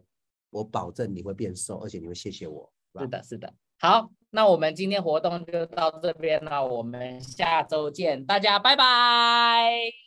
Speaker 2: 我保证你会变瘦，而且你会谢谢我。好吧
Speaker 1: 是的，是的。好，那我们今天活动就到这边了，我们下周见，大家拜拜。